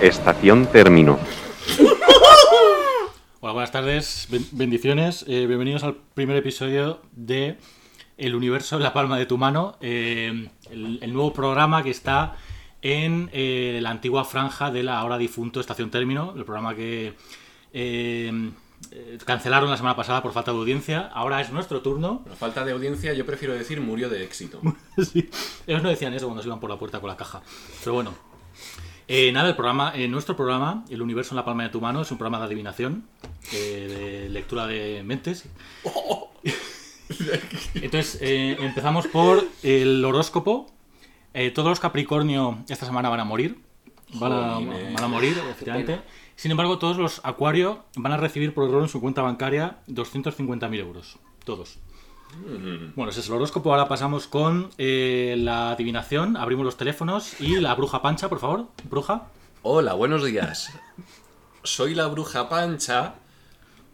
Estación término. Hola, buenas tardes, ben- bendiciones. eh, bienvenidos al primer episodio de El universo en la palma de tu mano, eh, el, el nuevo programa que está en eh, la antigua franja de la ahora difunto Estación Término, el programa que eh, eh, cancelaron la semana pasada por falta de audiencia. Ahora es nuestro turno. Por falta de audiencia, yo prefiero decir murió de éxito. Sí, Ellos no decían eso cuando se iban por la puerta con la caja. Pero bueno. Eh, nada, el programa, eh, nuestro programa, El Universo en la Palma de tu Mano, es un programa de adivinación, eh, de lectura de mentes. Entonces, eh, empezamos por el horóscopo. Eh, todos los Capricornio esta semana van a morir. Van a, Jolines. van a morir, efectivamente. Sin embargo, todos los Acuario van a recibir por error en su cuenta bancaria 250.000 euros. Todos. Mm. Bueno, ese es el horóscopo. Ahora pasamos con eh, la adivinación. Abrimos los teléfonos y la bruja pancha, por favor. Bruja. Hola, buenos días. Soy la bruja pancha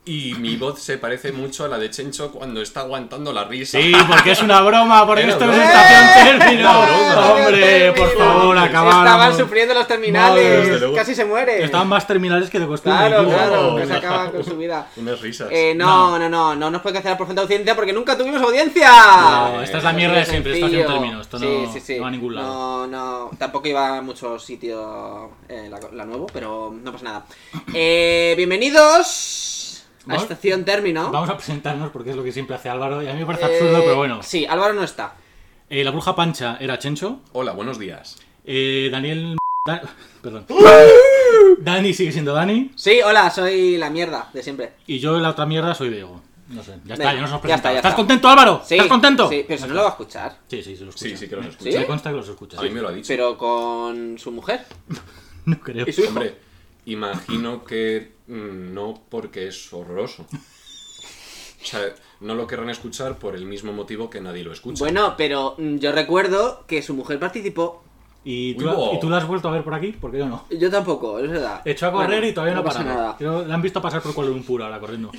y mi voz se parece mucho a la de Chencho cuando está aguantando la risa. Sí, porque es una broma, porque Era esto no es broma. estación término. Era broma. Hombre, por Término. favor, Estaban acabáramos. sufriendo los Madre, terminales, desde luego. casi se mueren. Estaban más terminales que de costumbre. Eh, Claro, incluso. claro, Oh. que se acaban con su vida. Unas risas. Eh, No. no, no, no, no nos puede cancelar por falta de audiencia porque nunca tuvimos audiencia. No, esta es la mierda de siempre, Sencillo. estación término. Esto no, no va a ningún lado. No, no, tampoco iba a muchos sitios eh, la, la nuevo, pero no pasa nada. Eh, bienvenidos a Vamos- Estación Término. Vamos a presentarnos porque es lo que siempre hace Álvaro y a mí me parece Eh, absurdo, pero bueno. Sí, Álvaro no está. Eh, la bruja pancha era Chencho. Hola, buenos días. Eh, Daniel... Da- Perdón. Dani sigue siendo Dani. Sí, hola, soy la mierda de siempre. Y yo la otra mierda soy Diego. No sé. Ya está, Venga, ya nos hemos ya está, presentado. ya ¿Estás está. contento, Álvaro? Sí, ¿Estás contento? Sí, pero si no lo va a escuchar. Sí, sí, se lo escucha. Sí, sí que los Me- escucha. Me consta que los escuchas. A mí me lo ha dicho. Pero con su mujer. No creo. ¿Y su hijo? Hombre, imagino que mm, no porque es horroroso. O sea, no lo querrán escuchar por el mismo motivo que nadie lo escucha. Bueno, pero mm, yo recuerdo que su mujer participó. ¿Y tú, Uy, wow. ¿Y tú la has vuelto a ver por aquí? Porque yo no. Yo tampoco, es verdad. Echó a correr Bueno, y todavía no, pasa para. nada. Creo- La han visto pasar por Kuala Lumpur ahora corriendo.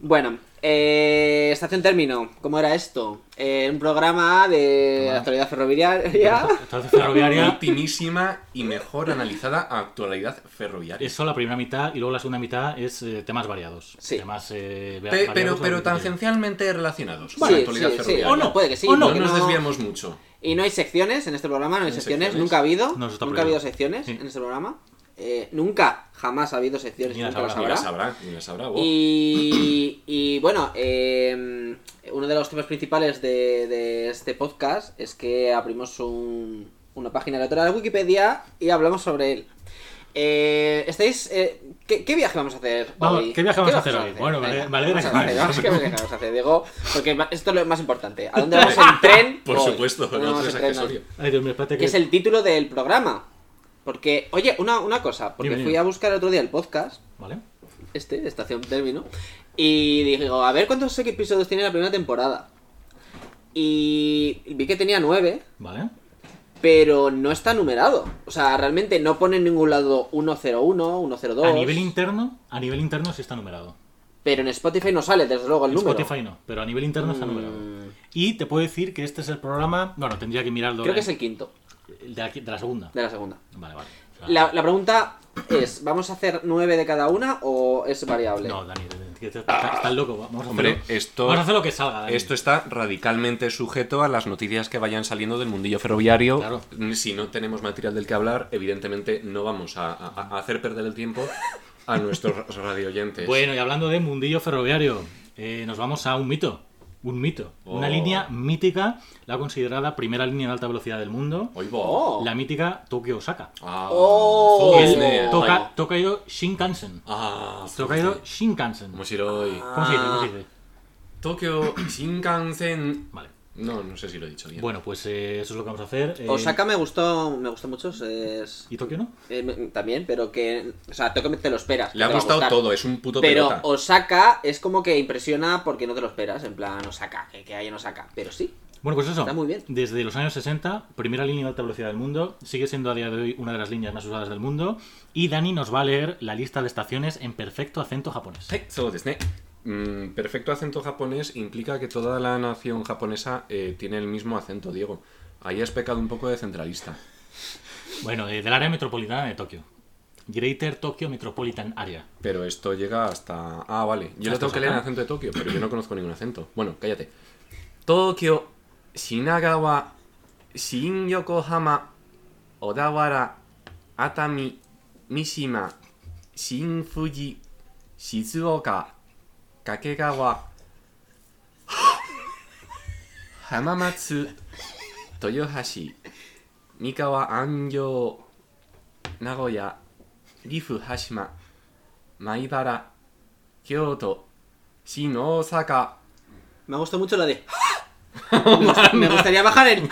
Bueno, eh, estación término. ¿Cómo era esto? Eh, un programa de Toma. actualidad ferroviaria. Entonces, ferroviaria. Ultimísima y mejor analizada actualidad ferroviaria. Eso la primera mitad y luego la segunda mitad es eh, temas variados. Sí. Temas eh, va- Pe- variados sobre pero, pero lo que quieres. tangencialmente relacionados con Sí, la actualidad sí, sí. ferroviaria. O no, puede que sí. o no. No que nos desviamos mucho. Y no hay secciones en este programa, no hay No hay secciones. secciones. Nunca ha habido. No, eso está nunca ha prohibido. habido secciones Sí. en este programa. Eh, nunca, jamás ha habido secciones. Ni las nunca las habrá, Ni habrá. la sabrá, ni la sabrá. Oh. vos. Y, y, bueno, eh, uno de los temas principales de, de este podcast es que abrimos un- una página aleatoria de Wikipedia y hablamos sobre él. Eh, ¿Estáis? eh, ¿qué, qué viaje vamos a hacer Vamos, hoy? ¿qué viaje vamos a hacer hoy? Bueno, me ale- Venga, me alegra vamos a que me hagas hacer- vamos a ver ¿Qué viaje vamos a hacer, Diego? Porque va- esto es lo más importante. ¿A dónde vamos en tren? Por Hoy. supuesto, ¿Dónde no vamos es en tren hoy? accesorio. Ay, Dios mío, espérate Que que. es el título del programa. Porque, oye, una, una cosa, porque Dime, fui dime. a buscar el otro día el podcast ¿Vale? este, de Estación Término, y digo, a ver cuántos episodios tiene la primera temporada. Y vi que tenía nueve, Vale. pero no está numerado. O sea, realmente no pone en ningún lado 101, 102. A nivel interno, a nivel interno sí está numerado. Pero en Spotify no sale, desde luego, el En número. Spotify no, pero a nivel interno está numerado. Mm. Y te puedo decir que este es el programa. Bueno, tendría que mirarlo. Creo que eh, es el quinto de, la, de la segunda. de la segunda. Vale, vale. O sea, La, la pregunta es, ¿vamos a hacer nueve de cada una o es variable? No, Dani, que te- estás estás loco. Vamos a Hombre, hacerlo. esto- Vamos a hacer lo que salga, Dani. Esto está radicalmente sujeto a las noticias que vayan saliendo del mundillo ferroviario. Claro. Si no tenemos material del que hablar, evidentemente no vamos a, a- a hacer perder el tiempo a nuestros radioyentes. Bueno, y hablando de mundillo ferroviario, eh, nos vamos a un mito. Un mito. Una Oh. línea mítica, la considerada primera línea de alta velocidad del mundo. Hoy vos. Oh. La mítica Tokio-Osaka. Ah, Oh. Y el Disney. Toka- Tokaido Shinkansen. Ah, Tokaido Disney. Shinkansen. Vamos a ir hoy. ¿Cómo se dice? ¿Cómo se dice? Tokio Shinkansen. Vale. No, no sé si lo he dicho bien. Bueno, pues eh, eso es lo que vamos a hacer. eh, Osaka me gustó, me gustó mucho, es... ¿Y Tokio no? Eh, me- también, pero que. O sea, Tokio te lo esperas. Le ha te va a gustado gustar. todo, es un puto Pero pelota. Osaka es como que impresiona porque no te lo esperas. En plan, Osaka, que, que hay en Osaka. Pero sí. Bueno, pues eso. Está muy bien. Desde los años 60, primera línea de alta velocidad del mundo, sigue siendo a día de hoy una de las líneas más usadas del mundo. Y Dani nos va a leer la lista de estaciones en perfecto acento japonés. Perfecto, Disney. Mm, perfecto acento japonés implica que toda la nación japonesa eh, tiene el mismo acento, Diego. Ahí has pecado un poco de centralista. Bueno, eh, del área metropolitana de Tokio. Greater Tokyo Metropolitan Area. Pero esto llega hasta. Ah, vale. Yo lo Hasta tengo que leer en acá. acento de Tokio, pero yo no conozco ningún acento. Bueno, cállate. Tokio, Shinagawa, Shin Yokohama, Odawara, Atami, Mishima, Shin Fuji, Shizuoka, Kakegawa, Hamamatsu, Toyohashi, Mikawa Angyo, Nagoya, Gifu Hashima, Maibara, Kyoto, Shin Osaka. Me ha gustado mucho la de. me, gust- me gustaría bajar en.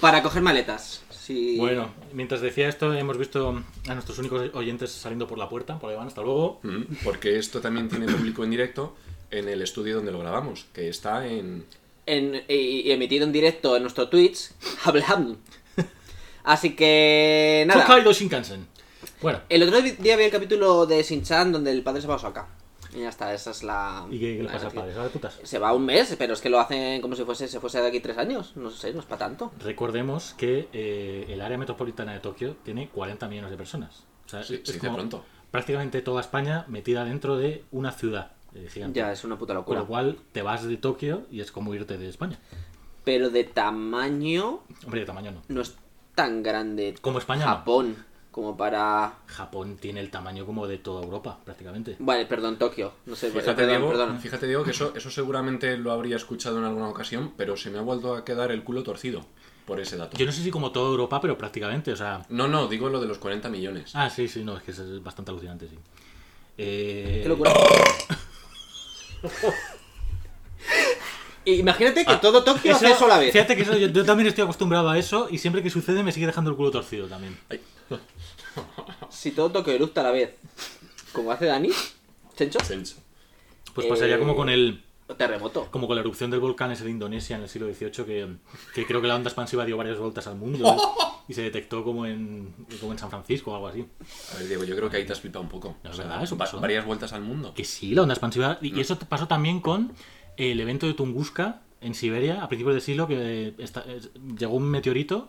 para coger maletas. Sí. Bueno, mientras decía esto, hemos visto a nuestros únicos oyentes saliendo por la puerta. Por ahí van, hasta luego. Mm, Porque esto también tiene público en directo en el estudio donde lo grabamos, que está en... en- y, y emitido en directo en nuestro Twitch, Hablando. Así que nada. Hokkaido Shinkansen. Bueno, El otro día vi el capítulo de Shin-Chan donde el padre se va a Osaka. Y ya está, esa es la. ¿y qué, qué le la pasa al noticia. padre? ¿Se va de putas? Se va un mes, pero es que lo hacen como si fuese se fuese de aquí tres años. No sé, no es para tanto. Recordemos que eh, el área metropolitana de Tokio tiene 40 millones de personas. O sea, Sí, Ah, es sí, de como pronto. prácticamente toda España metida dentro de una ciudad eh, gigante. Ya, es una puta Con locura. lo cual te vas de Tokio y es como irte de España. Pero de tamaño Hombre, de tamaño no. no es tan grande Como España. no. Japón como para... Japón tiene el tamaño como de toda Europa, prácticamente. Vale, perdón, Tokio. No Eh, sé, Fíjate, perdón, Diego, perdón. fíjate, Diego, que eso, eso seguramente lo habría escuchado en alguna ocasión, pero se me ha vuelto a quedar el culo torcido por ese dato. Yo no sé si como toda Europa, pero prácticamente, o sea... No, no, digo lo de los 40 millones. Ah, sí, sí, no, es que eso es bastante alucinante, sí. Eh, Qué locura. Imagínate que todo Tokio Ah, eso- hace eso a la vez. Fíjate que eso, yo, yo también estoy acostumbrado a eso y siempre que sucede me sigue dejando el culo torcido también. Ay, Si todo Tokio eructa a la vez, como hace Dani, Chencho, Sencho. Pues Eh, pasaría como con el terremoto. como con la erupción del volcán ese de Indonesia en el siglo XVIII que, que creo que la onda expansiva dio varias vueltas al mundo ¿eh? y se detectó como en, como en San Francisco o algo así. A ver, Diego, yo creo que ahí te has flipado un poco. No, es verdad, eso pasó. varias vueltas al mundo. Que sí, la onda expansiva. Y Mm. y eso t- pasó también con el evento de Tunguska en Siberia a principios del siglo que esta- es- llegó un meteorito.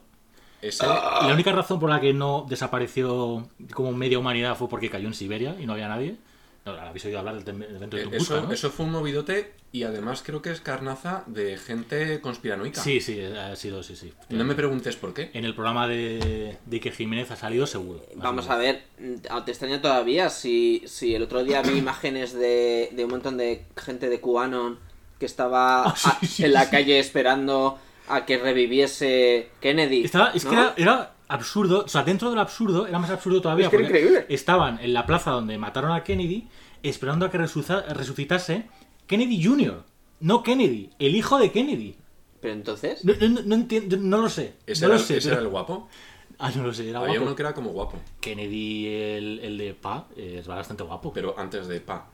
Ese, La única razón por la que no desapareció como media humanidad fue porque cayó en Siberia y no había nadie. No, habéis oído hablar del tem- del evento de eh, Tunguska, eso, ¿no? eso fue un movidote y además creo que es carnaza de gente conspiranoica. Sí, sí, ha sido, sí, sí. No me preguntes por qué. En el programa de, de Iker Jiménez ha salido seguro. Vamos a ver, mm, te extraña todavía si, si el otro día vi imágenes de, de un montón de gente de Cubanon que estaba Ah, sí, a- sí, en la sí. calle esperando a que reviviese Kennedy. Estaba- es que ¿no? era, era absurdo, o sea, dentro del absurdo era más absurdo todavía. Es que era porque increíble. Estaban en la plaza donde mataron a Kennedy esperando a que resuza- resucitase Kennedy Jr., no Kennedy, el hijo de Kennedy. Pero entonces, No, no- no- no entiendo, no lo sé. Ese, no era, lo sé. ese pero- era el guapo. Ah, no lo sé, era Había guapo. uno que era como guapo, Kennedy, el, el de Pa, eh, es bastante guapo. pero antes de pa.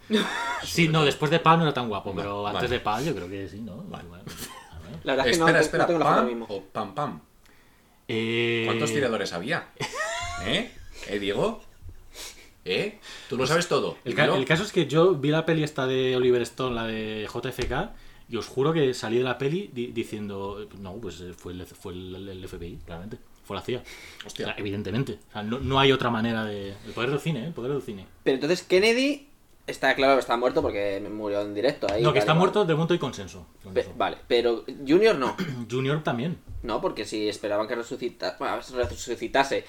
sí, no, después de Pa no era tan guapo, pero vale. antes de Pa yo creo que sí, ¿no? Bueno, a ver. la verdad es que no, Espera, no espera, Oh. tengo la foto pam ahora mismo. o pam pam. Eh, ¿Cuántos tiradores había? ¿Eh? ¿Eh, Diego? ¿Eh? Tú lo sabes todo. El, ca- Dímelo. el caso es que yo vi la peli esta de Oliver Stone, la de JFK, y os juro que salí de la peli di- diciendo, eh, no, pues eh, fue el, fue el, el FBI, claramente, fue la CIA. Hostia. O sea, evidentemente. O sea, no, no hay otra manera de... El poder del cine, ¿eh? el poder del cine. Pero entonces Kennedy está claro que está muerto porque murió en directo ahí. no, que vale, está vale. muerto, de momento hay consenso. con Pe- eso. vale, pero Junior no. Junior también. No, porque si esperaban que resucita... bueno, resucitase.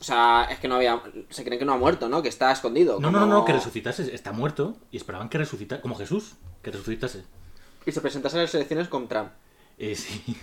O sea, es que no había. Se creen que no ha muerto, ¿no? Que está escondido. No, no, no, como- no, que resucitase. Está muerto y esperaban que resucitase, como Jesús, que resucitase. Y se presentase a las elecciones con Trump. Eh, sí.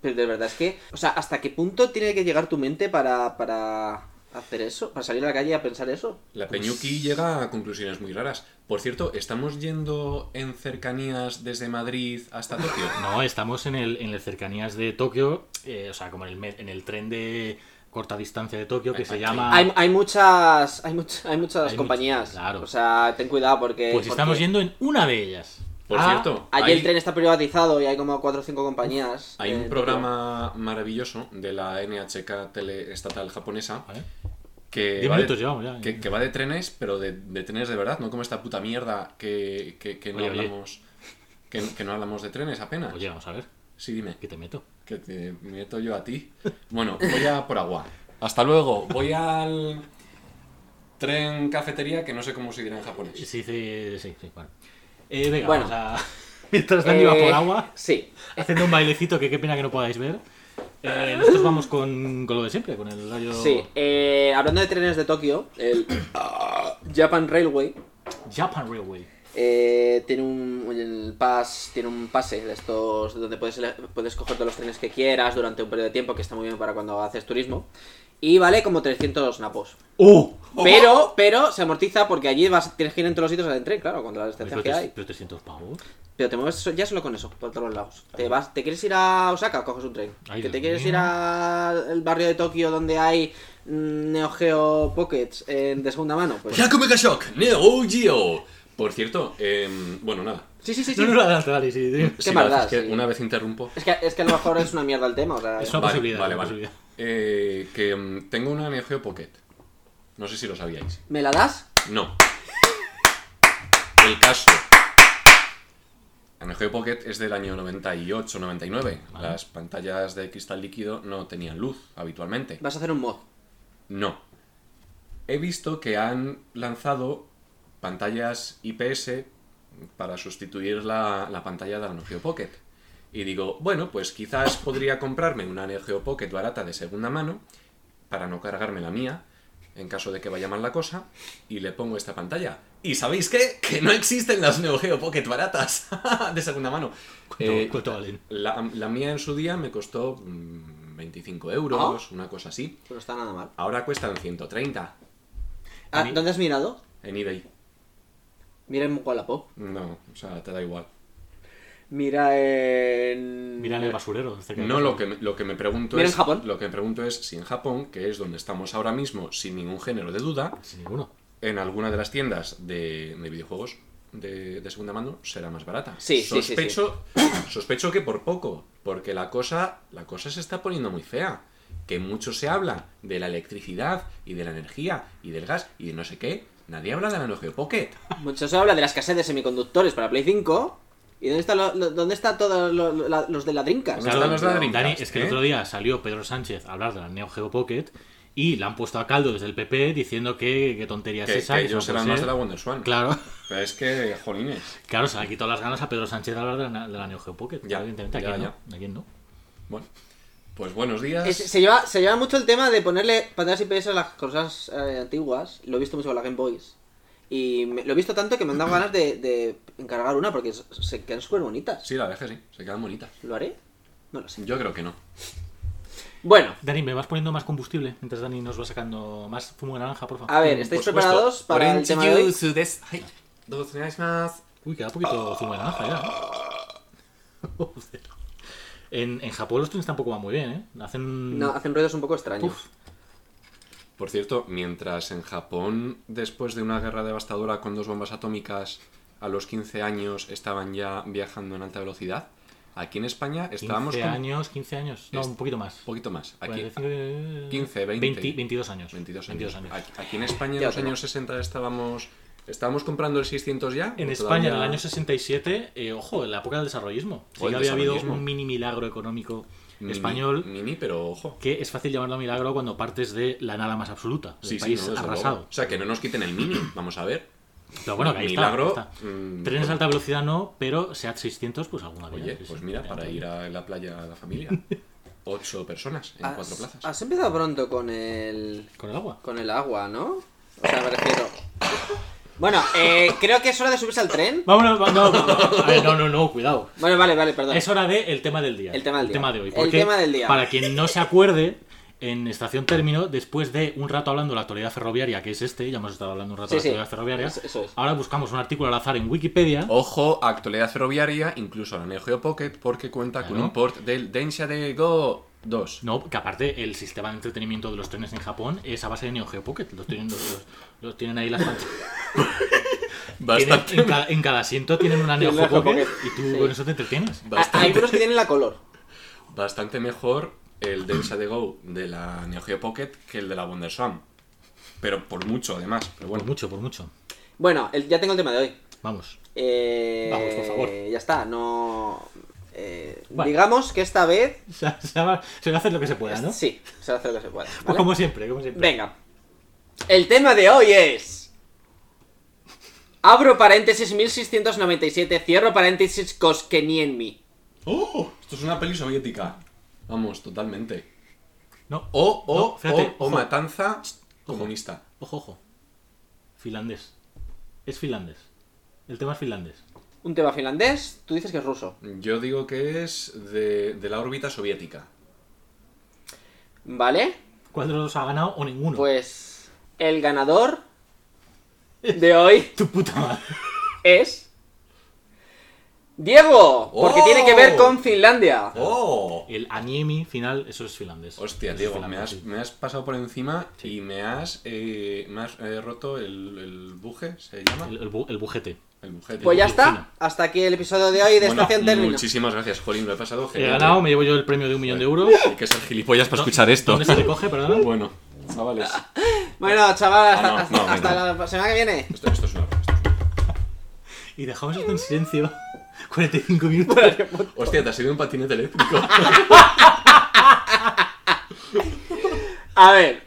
Pero de verdad es que. O sea, ¿hasta qué punto tiene que llegar tu mente para. para hacer eso? ¿Para salir a la calle a pensar eso? La Peñuqui llega a conclusiones muy raras. Por cierto, ¿estamos yendo en cercanías desde Madrid hasta Tokio? No, estamos en el en las cercanías de Tokio, eh, o sea, como en el, me- en el tren de corta distancia de Tokio que Ay, se ay, llama... Hay, hay muchas. Hay, much- hay muchas Ah. Hay compañías. muchas, claro. O sea, ten cuidado porque. Pues estamos Eh, porque yendo en una de ellas. Por Ah, cierto, hay, Allí el tren está privatizado y hay como cuatro o cinco compañías. hay eh, un de- programa maravilloso de la NHK teleestatal japonesa vale. que Diez va, minutos de, llevamos ya. que, que va de trenes, pero de, de trenes de verdad, no como esta puta mierda que, que- que no Oye, oye. hablamos... Que, que no hablamos de trenes apenas. Oye, vamos a ver, Sí, dime. que te meto. Que te meto yo a ti. Bueno, voy a por agua. Hasta luego. Voy al. Tren cafetería que no sé cómo se dirá en japonés. Sí, sí, sí, sí, bueno. Eh, venga, Bueno. vamos a- Mientras Dani va Eh, por agua, Sí. haciendo un bailecito que qué pena que no podáis ver. Eh, nosotros vamos con, con lo de siempre, con el rollo Sí, eh, hablando de trenes de Tokio, el Japan Railway Japan Railway. eh, tiene un el pas, tiene un pase de estos donde puedes ele- puedes coger todos los trenes que quieras durante un periodo de tiempo que está muy bien para cuando haces turismo y vale como 300 napos. ¡Oh! Pero pero se amortiza porque allí vas tienes que ir en todos los sitios al tren, claro, cuando las distancias Pero, que tres- hay. pero 300 pavos. Pero te mueves so- ya solo con eso, por todos los lados. Te vas, te quieres ir a Osaka, coges un tren. Ay, que te Dios quieres mío. ir al barrio de Tokio donde hay mm, Neo Geo Pockets eh, de segunda mano. Pues... Yaku Mega Shock, Neo Geo. Por cierto, em, bueno, nada. Sí, sí, sí, sí. No, no, no, adelante, vale, sí, sí. Qué Sí, la maldad, verdad es que sí. una vez interrumpo. Es que, es que a lo mejor es una mierda el tema, o sea... Es una Vale, posibilidad. Vale, una vale. posibilidad. Eh, que mm, tengo una Neo Geo Pocket. No sé si lo sabíais. ¿Me la das? No. El caso. La Neo Geo Pocket es del año 98-99. Las pantallas de cristal líquido no tenían luz habitualmente. Vas a hacer un mod. No. He visto que han lanzado pantallas IPS para sustituir la, la pantalla de la Neo Geo Pocket. Y digo, bueno, pues quizás podría comprarme una Neo Geo Pocket barata de segunda mano para no cargarme la mía en caso de que vaya mal la cosa y le pongo esta pantalla. ¿Y sabéis qué? Que no existen las Neo Geo Pocket baratas de segunda mano. ¿Cuánto, Eh, cuánto valen? la, la mía en su día me costó mm, 25 Ah. euros, una cosa así. Pero no está nada mal. Ahora cuestan 130 Ah, mí- ¿Dónde has mirado? en eBay. Mira en Wallapop. No, o sea, te da igual. Mira en... Mira en el basurero. cerca de No, casa. lo que me, lo que me pregunto Mira es. en Japón. Lo que me pregunto es si en Japón, que es donde estamos ahora mismo, sin ningún género de duda, Sin ninguno. en alguna de las tiendas de, de videojuegos de, de segunda mano será más barata. Sí, sí, sí, sospecho, Sospecho que por poco, porque la cosa, la cosa se está poniendo muy fea. Que mucho se habla de la electricidad y de la energía y del gas y de no sé qué. Nadie habla de la Neo Geo Pocket. Mucho se habla de la escasez de semiconductores para Play 5. ¿Y dónde están dónde está todos lo- lo- la- los de la Dreamcast? ¿Dónde están los de la Dreamcast? Dani, es que ¿eh? el otro día salió Pedro Sánchez a hablar de la Neo Geo Pocket y la han puesto a caldo desde el PP diciendo que, que tontería Que, es esa. que eso no ellos puede Pues serán más de ser. la Wonder Swan. Claro, Pero es que, jolines. claro, se le han quitado las ganas a Pedro Sánchez de hablar de la, de la Neo Geo Pocket. Ya, evidentemente, ¿a ya, quién, ya. no? ¿A quién no? Bueno, pues buenos días. Es- se, lleva, se lleva mucho el tema de ponerle pantallas IPS a las cosas eh, antiguas. Lo he visto mucho con la Game Boys. Y me- lo he visto tanto que me han dado ganas de, de encargar una porque s- se quedan súper bonitas. Sí, la verdad es que sí, se quedan bonitas. ¿Lo haré? No lo sé. Yo creo que no. Bueno, Dani, ¿me vas poniendo más combustible mientras Dani nos va sacando más zumo de naranja, por favor? a ver, este- ¿estáis preparados para el tema de hoy? más. Uy, queda poquito zumo de naranja ya. Joder. En, en Japón los trenes tampoco van muy bien, ¿eh? Hacen... No, hacen ruidos un poco extraños. Uf. Por cierto, mientras en Japón, después de una guerra devastadora con dos bombas atómicas, a los 15 años estaban ya viajando en alta velocidad, aquí en España 15 estábamos con años, 15 años. No, Es- un poquito más. un poquito más. Aquí, 45, eh, 15, 20. 22 años. 22 años. 22 años. Aquí, aquí en España en Ya los tengo. años 60 estábamos... ¿Estábamos comprando el 600 ya? En España, en ¿O el Pues todavía? año 67, eh, ojo, en la época del desarrollismo. Sí O el que había habido desarrollismo. un mini milagro económico Mini- mm. español Mini, pero ojo. que es fácil llamarlo milagro cuando partes de la nada más absoluta. El Sí, sí, país no, desde luego. arrasado. O sea, que no nos quiten el mini, vamos a ver. Pero bueno, que ahí Milagro, está. ahí está. mm, Trenes de alta velocidad no, pero SEAT 600, pues alguna vez. Oye, pues mira, para ir a la playa a la familia. Ocho personas en cuatro Has- plazas. Has empezado pronto con el, Con el agua. con el agua, ¿no? O sea, me refiero... Bueno, eh, creo que es hora de subirse al tren. Vámonos, va- no, no, a ver, no, no, no, cuidado. Bueno, vale, vale, perdón. Es hora del tema del día. El tema del día. de hoy. El Porque, tema del día. Para quien no se acuerde, en Estación Término, después de un rato hablando de la actualidad ferroviaria, que es este, ya hemos estado hablando un rato Sí, de la actualidad sí. ferroviaria, Es- eso es. Oh. ahora buscamos un artículo al azar en Wikipedia. Ojo, actualidad ferroviaria, incluso la Neo Geo Pocket, porque cuenta con Claro. un port del Densha de Go 2. No, que aparte el sistema de entretenimiento de los trenes en Japón es a base de Neo Geo Pocket. Los tienen, los, los- los tienen ahí las pantallas. Tienen- en, Bastante, cada, en cada asiento tienen una Neo Geo Neo Geo Pocket Pocket. y tú Sí. con eso te entretienes. Ah, Hay bastante, unos que tienen la color. bastante mejor el Densha de Go de la Neo Geo Pocket que el de la Wonderswan. Pero por mucho, además. Pero Por bueno, mucho, por mucho. Bueno, el- ya tengo el tema de hoy. Vamos. Eh, Vamos, por favor. Ya está, no. eh, Bueno. Digamos que esta vez. Se, se va- se va a hacer lo que se pueda, ¿no? Sí, se hace lo que se pueda. Pues ¿vale? como siempre, como siempre. Venga. El tema de hoy es. Abro paréntesis 1697, cierro paréntesis Koskenienmi. ¡Oh! Esto es una peli soviética. Vamos, totalmente. No, O, o, No, fíjate, o, o ojo. matanza comunista. ojo, ojo. Finlandés. Es finlandés. El tema es finlandés. Un tema finlandés, tú dices que es ruso. Yo digo que es de, de la órbita soviética. ¿Vale? ¿Cuál de los dos ha ganado o ninguno? Pues. El ganador de hoy Tu puta madre. es. Diego, porque ¡Oh! tiene que ver con Finlandia. Ah. ¡Oh! El Aniemi final, eso es finlandés. Hostia, Eso es Diego, me finlandés, has, sí. me has pasado por encima y me has, eh, me has eh, roto el, el buje, ¿se llama? El, el bu- el bujete. El bujete. Pues ya Diego, está, China. hasta aquí el episodio de hoy de Bueno, Estación Término. muchísimas gracias, Jolín, lo he pasado He genial. ganado, me llevo yo el premio de un millón de euros. Hay que ser gilipollas para escuchar ¿Dó- esto. ¿Dónde se recoge, perdón? Bueno, chavales, Bueno, chaval, hasta, Ah, no, hasta- no, hasta venga. la semana que viene. esto, esto es una... esto es una- Y dejamos esto en silencio 45 minutos. Hostia, te ha sido un patinete eléctrico. A ver,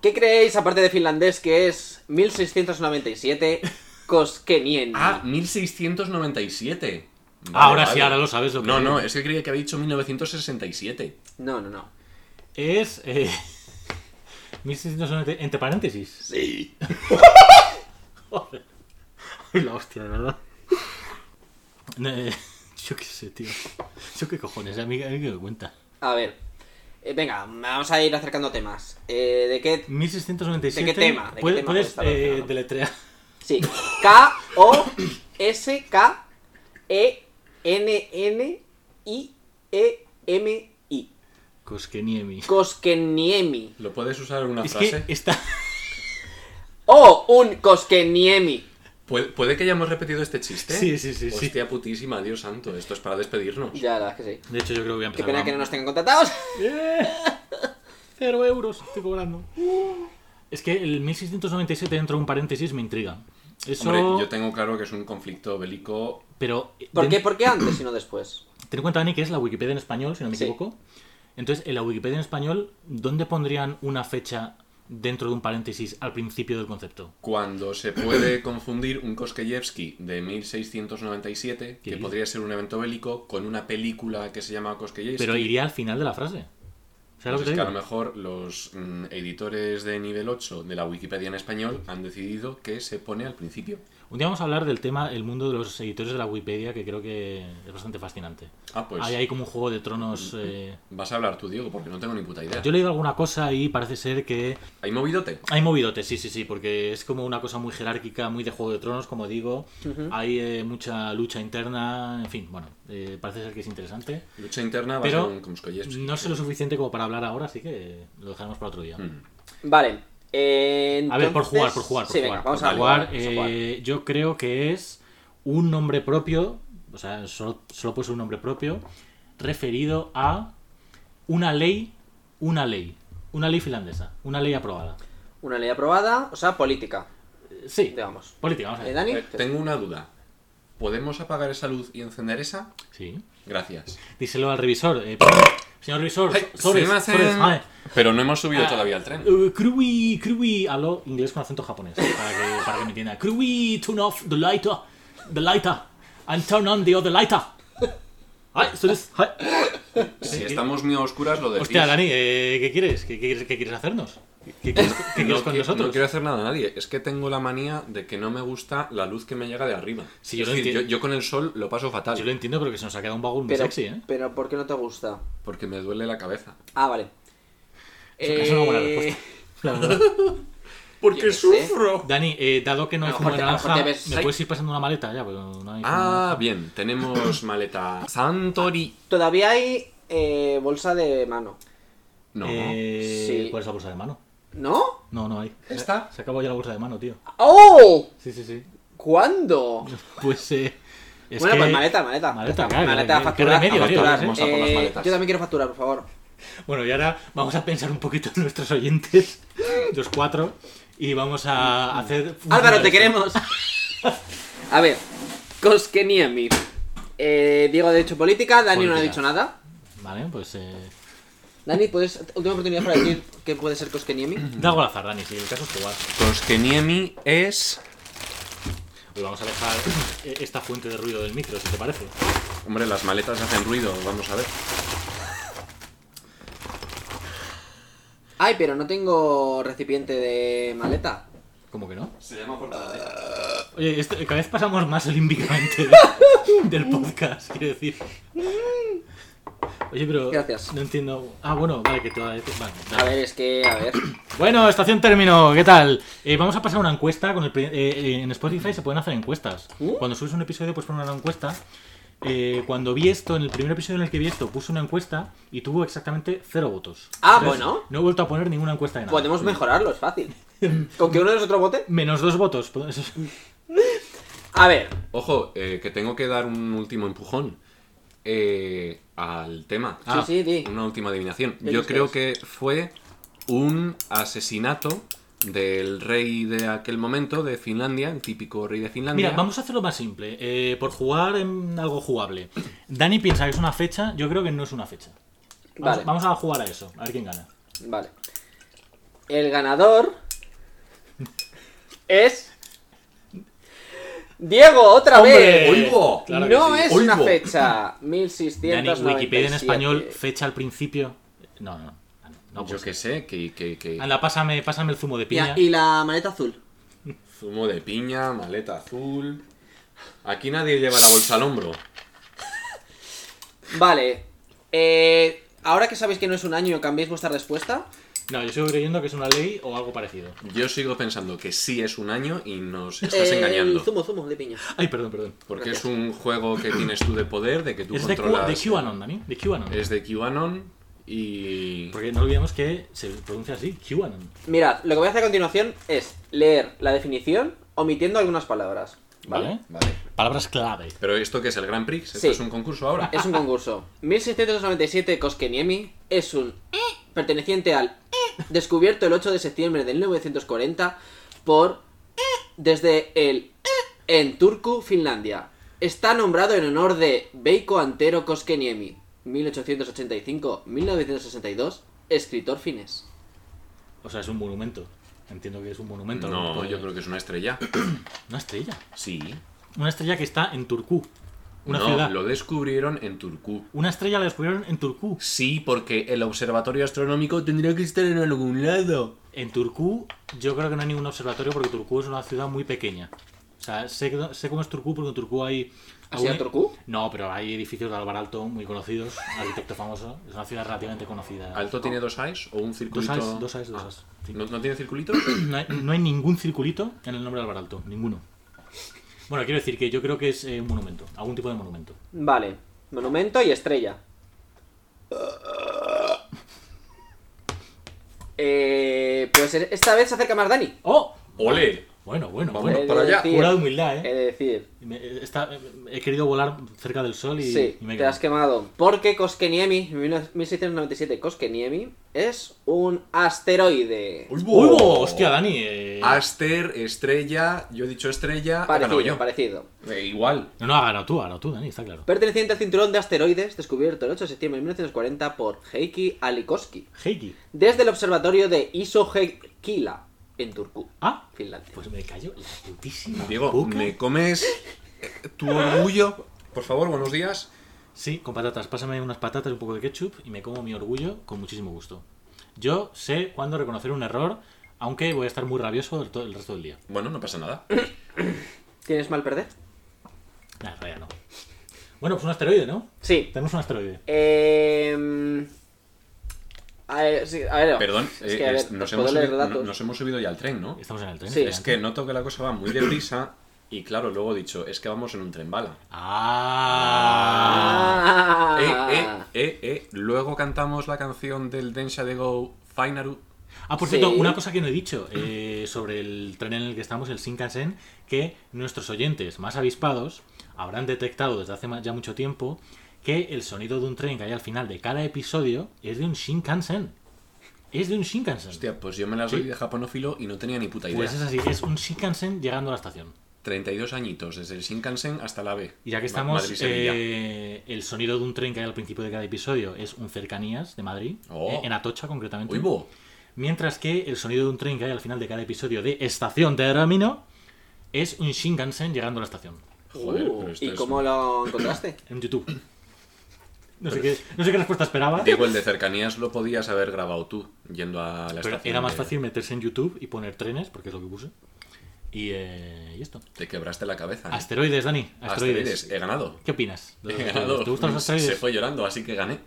¿qué creéis aparte de finlandés que es 1697 Koskenienmi? Ah, 1697. Vale, Ahora vale. sí, ahora lo sabes. Lo que No, es. no, es que creía que había dicho 1967. No, no, no. Es. Eh, 1690, entre paréntesis. Sí. Joder. Ay, la hostia, de verdad. Eh, yo qué sé, tío. Yo qué cojones, a mí, a mí que me cuenta. A ver, eh, venga, vamos a ir acercando temas. Eh, ¿De qué? 1697. ¿De qué tema? ¿De qué puede- tema puede puedes estar eh, relacionado? deletrear. Sí, E K-O-S-K-E-N-N-I-E-M-I. Koskeniemi. Koskeniemi. ¿Lo puedes usar en una Es frase? que está. O un Koskeniemi. ¿Puede, puede que hayamos repetido este chiste? Sí, sí, sí, sí. Hostia putísima, Dios santo, esto es para despedirnos. Ya, la verdad es que sí. De hecho, yo creo que voy a Qué empezar. pena con- que no nos tengan contratados. Eh, Cero euros estoy cobrando. Es que el 1697 dentro de un paréntesis me intriga. Eso. Hombre, yo tengo claro que es un conflicto bélico. Pero. ¿Por den- qué, ¿Por qué antes y no después? Ten en cuenta, Dani, que es la Wikipedia en español, si no me Sí. equivoco. Entonces, en la Wikipedia en español, ¿dónde pondrían una fecha dentro de un paréntesis al principio del concepto? Cuando se puede confundir un Koskeyevsky de 1697, que ¿Qué? podría ser un evento bélico, con una película que se llama Koskeyevsky. Pero iría al final de la frase. ¿Sabes Pues lo es que que te a lo digo? mejor los mm, editores de nivel 8 de la Wikipedia en español han decidido que se pone al principio. Un día vamos a hablar del tema, el mundo de los editores de la Wikipedia, que creo que es bastante fascinante. Ah, pues Mm, Hay ahí como un juego de tronos. eh, vas a hablar tú, Diego, porque no tengo ni puta idea. Yo he leído alguna cosa y parece ser que ¿Hay movidote? Hay movidote, sí, sí, sí, porque es como una cosa muy jerárquica, muy de Juego de Tronos, como digo. Hay eh, mucha lucha interna, en fin, bueno, eh, parece ser que es interesante. Lucha interna va a Pero ser un Koskeyevsky. No sé lo suficiente como para hablar ahora, así que lo dejaremos para otro día. Mm. Vale. eh, A ver, por entonces- jugar, por jugar, por sí, jugar. venga, vamos por a jugar, vamos a jugar. eh, yo creo que es un nombre propio, o sea, solo, solo puede ser un nombre propio, referido a una ley, una ley, una ley finlandesa, una ley aprobada. Una ley aprobada, o sea, política, Eh, Sí, digamos. política, vamos a ¿Eh, ver. Dani? Eh, tengo una duda. ¿Podemos apagar esa luz y encender esa? Sí. Gracias. Díselo al revisor. eh, señor revisor, Ay, Sores, se me hace- Sores, vale. Pero no hemos subido Ah, todavía al tren. eh, Krui, Krui, aló, inglés con acento japonés, para que, para que me entienda. Krui, turn off the lighter, the lighter, and turn on the other lighter. Ay, Sores, ay. Si eh, estamos muy a oscuras, lo decís. Hostia, Dani, eh, ¿qué quieres? ¿Qué, qué quieres? ¿Qué quieres hacernos? ¿Qué quieres, qué quieres No, con qui- nosotros? no quiero hacer nada a nadie. Es que tengo la manía de que no me gusta la luz que me llega de arriba. Sí, yo Es lo decir, yo, entiendo. yo con el sol lo paso fatal. Yo lo entiendo, pero que se nos ha quedado un bagul muy Pero, sexy, ¿eh? pero, ¿por qué no te gusta? Porque me duele la cabeza. Ah, vale. eh, Es una buena respuesta. La verdad. Yo Porque qué sé. sufro. Dani, eh, dado que no A hay lo zumo de mejor te- a lo mejor naranja, te ves- ¿me puedes ir pasando una maleta ya? Pero no hay zumo de Ah, naranja. bien. Tenemos maleta Santori. Todavía hay eh, bolsa de mano, No. Eh, Sí. ¿Cuál es la bolsa de mano? ¿no? No, no hay. ¿Esta? Se acabó ya la bolsa de mano, tío. ¡Oh! Sí, sí, sí. ¿Cuándo? Pues eh. es bueno, que- pues maleta, maleta. Maleta, Ya está. claro, maleta ¿qué- qué facturar. remedio, a tío? facturar. Vamos a por las Eh, maletas. yo también quiero facturar, por favor. Bueno, y ahora vamos a pensar un poquito en nuestros oyentes, los cuatro, y vamos a hacer. Álvaro, te queremos. a ver, Koskeniemi. Eh, Diego ha dicho política, Dani no ha Política. dicho nada. Vale, pues eh. Dani, ¿puedes, última oportunidad para decir que puede ser Koskeniemi. Da algo al azar, Dani, si el caso es jugar. Koskeniemi es. Hoy Pues vamos a dejar eh, esta fuente de ruido del micro, si te parece. Hombre, las maletas hacen ruido, vamos a ver. Ay, pero no tengo recipiente de maleta. ¿Cómo que no? Se llama portadera. Oye, esto- cada vez pasamos más olímpicamente del podcast, quiero decir. Oye, pero. Mm. Gracias. No entiendo. Ah, bueno, vale, que te va a decir. Vale, A dale. ver, es que, a ver. Bueno, estación término, ¿qué tal? Eh, vamos a pasar una encuesta. con el pri- eh, eh, En Spotify se pueden hacer encuestas. ¿Uh? Cuando subes un episodio, pues poner una encuesta. Eh, cuando vi esto, en el primer episodio en el que vi esto, puse una encuesta y tuvo exactamente cero votos. Ah, bueno. No he vuelto a poner ninguna encuesta de nada. Podemos mejorarlo, es fácil. ¿Con que uno de nosotros vote? Menos dos votos. pues, eso es- A ver, Ojo, eh, que tengo que dar un último empujón eh, al tema. Ah. sí, sí, sí. Una última adivinación. ¿Qué Yo dices? creo que fue un asesinato del rey de aquel momento, de Finlandia, el típico rey de Finlandia. Mira, vamos a hacerlo más simple. eh, por jugar en algo jugable. Dani piensa que es una fecha. Yo creo que no es una fecha. Vamos, Vale, vamos a jugar a eso. A ver quién gana. vale. El ganador es Diego otra ¡Hombre! vez. ¡Oigo! Claro que no sí. es una ¡Oigo! fecha. Dani, 1697. Wikipedia en español, fecha al principio. No, no, no. no Yo pues. qué sé, que, que, que- Anda, pásame, pásame el zumo de piña. Mira, y la maleta azul. zumo de piña, maleta azul. Aquí nadie lleva la bolsa al hombro. Vale. eh, ahora que sabéis que no es un año, ¿cambiáis vuestra respuesta? No, yo sigo creyendo que es una ley o algo parecido. Yo sigo pensando que sí es un año y nos estás El engañando. Eh, Zumo, zumo de piña. Ay, perdón, perdón. Porque es un juego que tienes tú de poder, de que tú Es de, Q- controlas. eh. de QAnon, Dani. De QAnon. Es de QAnon y. Porque no olvidemos que se pronuncia así, QAnon. Mirad, lo que voy a hacer a continuación es leer la definición omitiendo algunas palabras. Vale. Vale. Palabras clave. Pero esto que es el Grand Prix, esto Sí. es un concurso ahora. Es un concurso. 1697 Koskeniemi es un "eh" perteneciente al "eh" descubierto el 8 de septiembre de 1940 por "eh" desde el "eh" en Turku, Finlandia. Está nombrado en honor de Veiko Antero Koskeniemi, 1885-1962, escritor finés. O sea, es un monumento. Entiendo que es un monumento. No, Porque- yo creo que es una estrella. Una estrella. Sí. Una estrella que está en Turku. Una no, ciudad. lo descubrieron en Turku. Una estrella la descubrieron en Turku. Sí, porque el observatorio astronómico tendría que estar en algún lado. En Turku, yo creo que no hay ningún observatorio porque Turku es una ciudad muy pequeña. O sea, sé, sé cómo es Turku porque en Turku hay. ¿Has ido a algún- Turku? No, pero hay edificios de Álvaro Alto muy conocidos, arquitecto famoso. Es una ciudad relativamente conocida. ¿Alto tiene dos A's o un Dos circulito? Ah, A's, dos A's, dos A's. Sí. ¿No, no tiene circulito? No hay, no hay ningún circulito en el nombre de Álvaro Alto, ninguno. Bueno, quiero decir que yo creo que es eh, un monumento, algún tipo de monumento. Vale, monumento y estrella. Eh, pues esta vez se acerca más Dani. ¡Oh! ¡Ole! Bueno, bueno, Vamos bueno. He de para allá. decir- Pura humildad, He ¿eh? de decir. Me- eh, está- eh, he querido volar cerca del sol y, Sí, y me he te has quedado. quemado. Porque Koskeniemi, 1697 Koskeniemi, es un asteroide. ¡Uy, ¡Uy, bo! ¡Hostia, Dani! eh, Aster, estrella, yo he dicho estrella, he ah, ganado Parecido, yo. parecido. Eh, igual. No, no, ahora tú, ahora tú, Dani, está claro. Perteneciente al cinturón de asteroides descubierto el 8 de septiembre de 1940 por Heikki Alikoski Heikki. desde el observatorio de Isoheikila en Turku, Ah, Finlandia. pues me cayó la putísima Diego, boca. ¿me comes eh, tu orgullo? Por favor, buenos días. Sí, con patatas. Pásame unas patatas, un poco de ketchup y me como mi orgullo con muchísimo gusto. Yo sé cuándo reconocer un error, aunque voy a estar muy rabioso el, to- el resto del día. Bueno, no pasa nada. ¿Tienes mal perder? Nah, en realidad no. Bueno, pues un asteroide, ¿no? Sí. Tenemos un asteroide. Eh, a ver, sí, a ver, Perdón, es eh, que, a es- ver, nos, puedo hemos leer subido, datos. no- nos hemos subido ya al tren, ¿no? Estamos en el tren. Sí. espera. Es que noto que la cosa va muy deprisa y claro, luego he dicho, es que vamos en un tren bala. Ah. Ah. Eh, eh, eh, eh. Luego cantamos la canción del Densha de Go Finaru. Ah, por Sí. cierto, una cosa que no he dicho eh, sobre el tren en el que estamos, el Shinkansen, que nuestros oyentes más avispados habrán detectado desde hace ma- ya mucho tiempo que el sonido de un tren que hay al final de cada episodio es de un Shinkansen. Es de un Shinkansen. Hostia, pues yo me la soy de japonófilo y no tenía ni puta idea. pues es así, es un Shinkansen llegando a la estación. 32 añitos, desde el Shinkansen hasta la B. Y ya que Ma- estamos, Madrid-Sevilla. eh, el sonido de un tren que hay al principio de cada episodio es un cercanías de Madrid, Oh. eh, en Atocha concretamente. Uy, bo. Mientras que el sonido de un tren que hay al final de cada episodio de Estación de Ramino es un Shinkansen llegando a la estación. Joder, Uh, pero esto ¿Y es- cómo lo encontraste? En YouTube. No sé, qué, no sé qué respuesta esperaba, Digo, el de cercanías lo podías haber grabado tú, yendo a la pero estación. era más de- fácil meterse en YouTube y poner trenes, porque es lo que puse. Y, eh, y esto. Te quebraste la cabeza. ¿eh? Asteroides, Dani. Asteroides. Asteroides, He ganado. ¿Qué opinas? de los He asteroides? ganado. ¿Te gustan los Se asteroides? fue llorando, así que gané.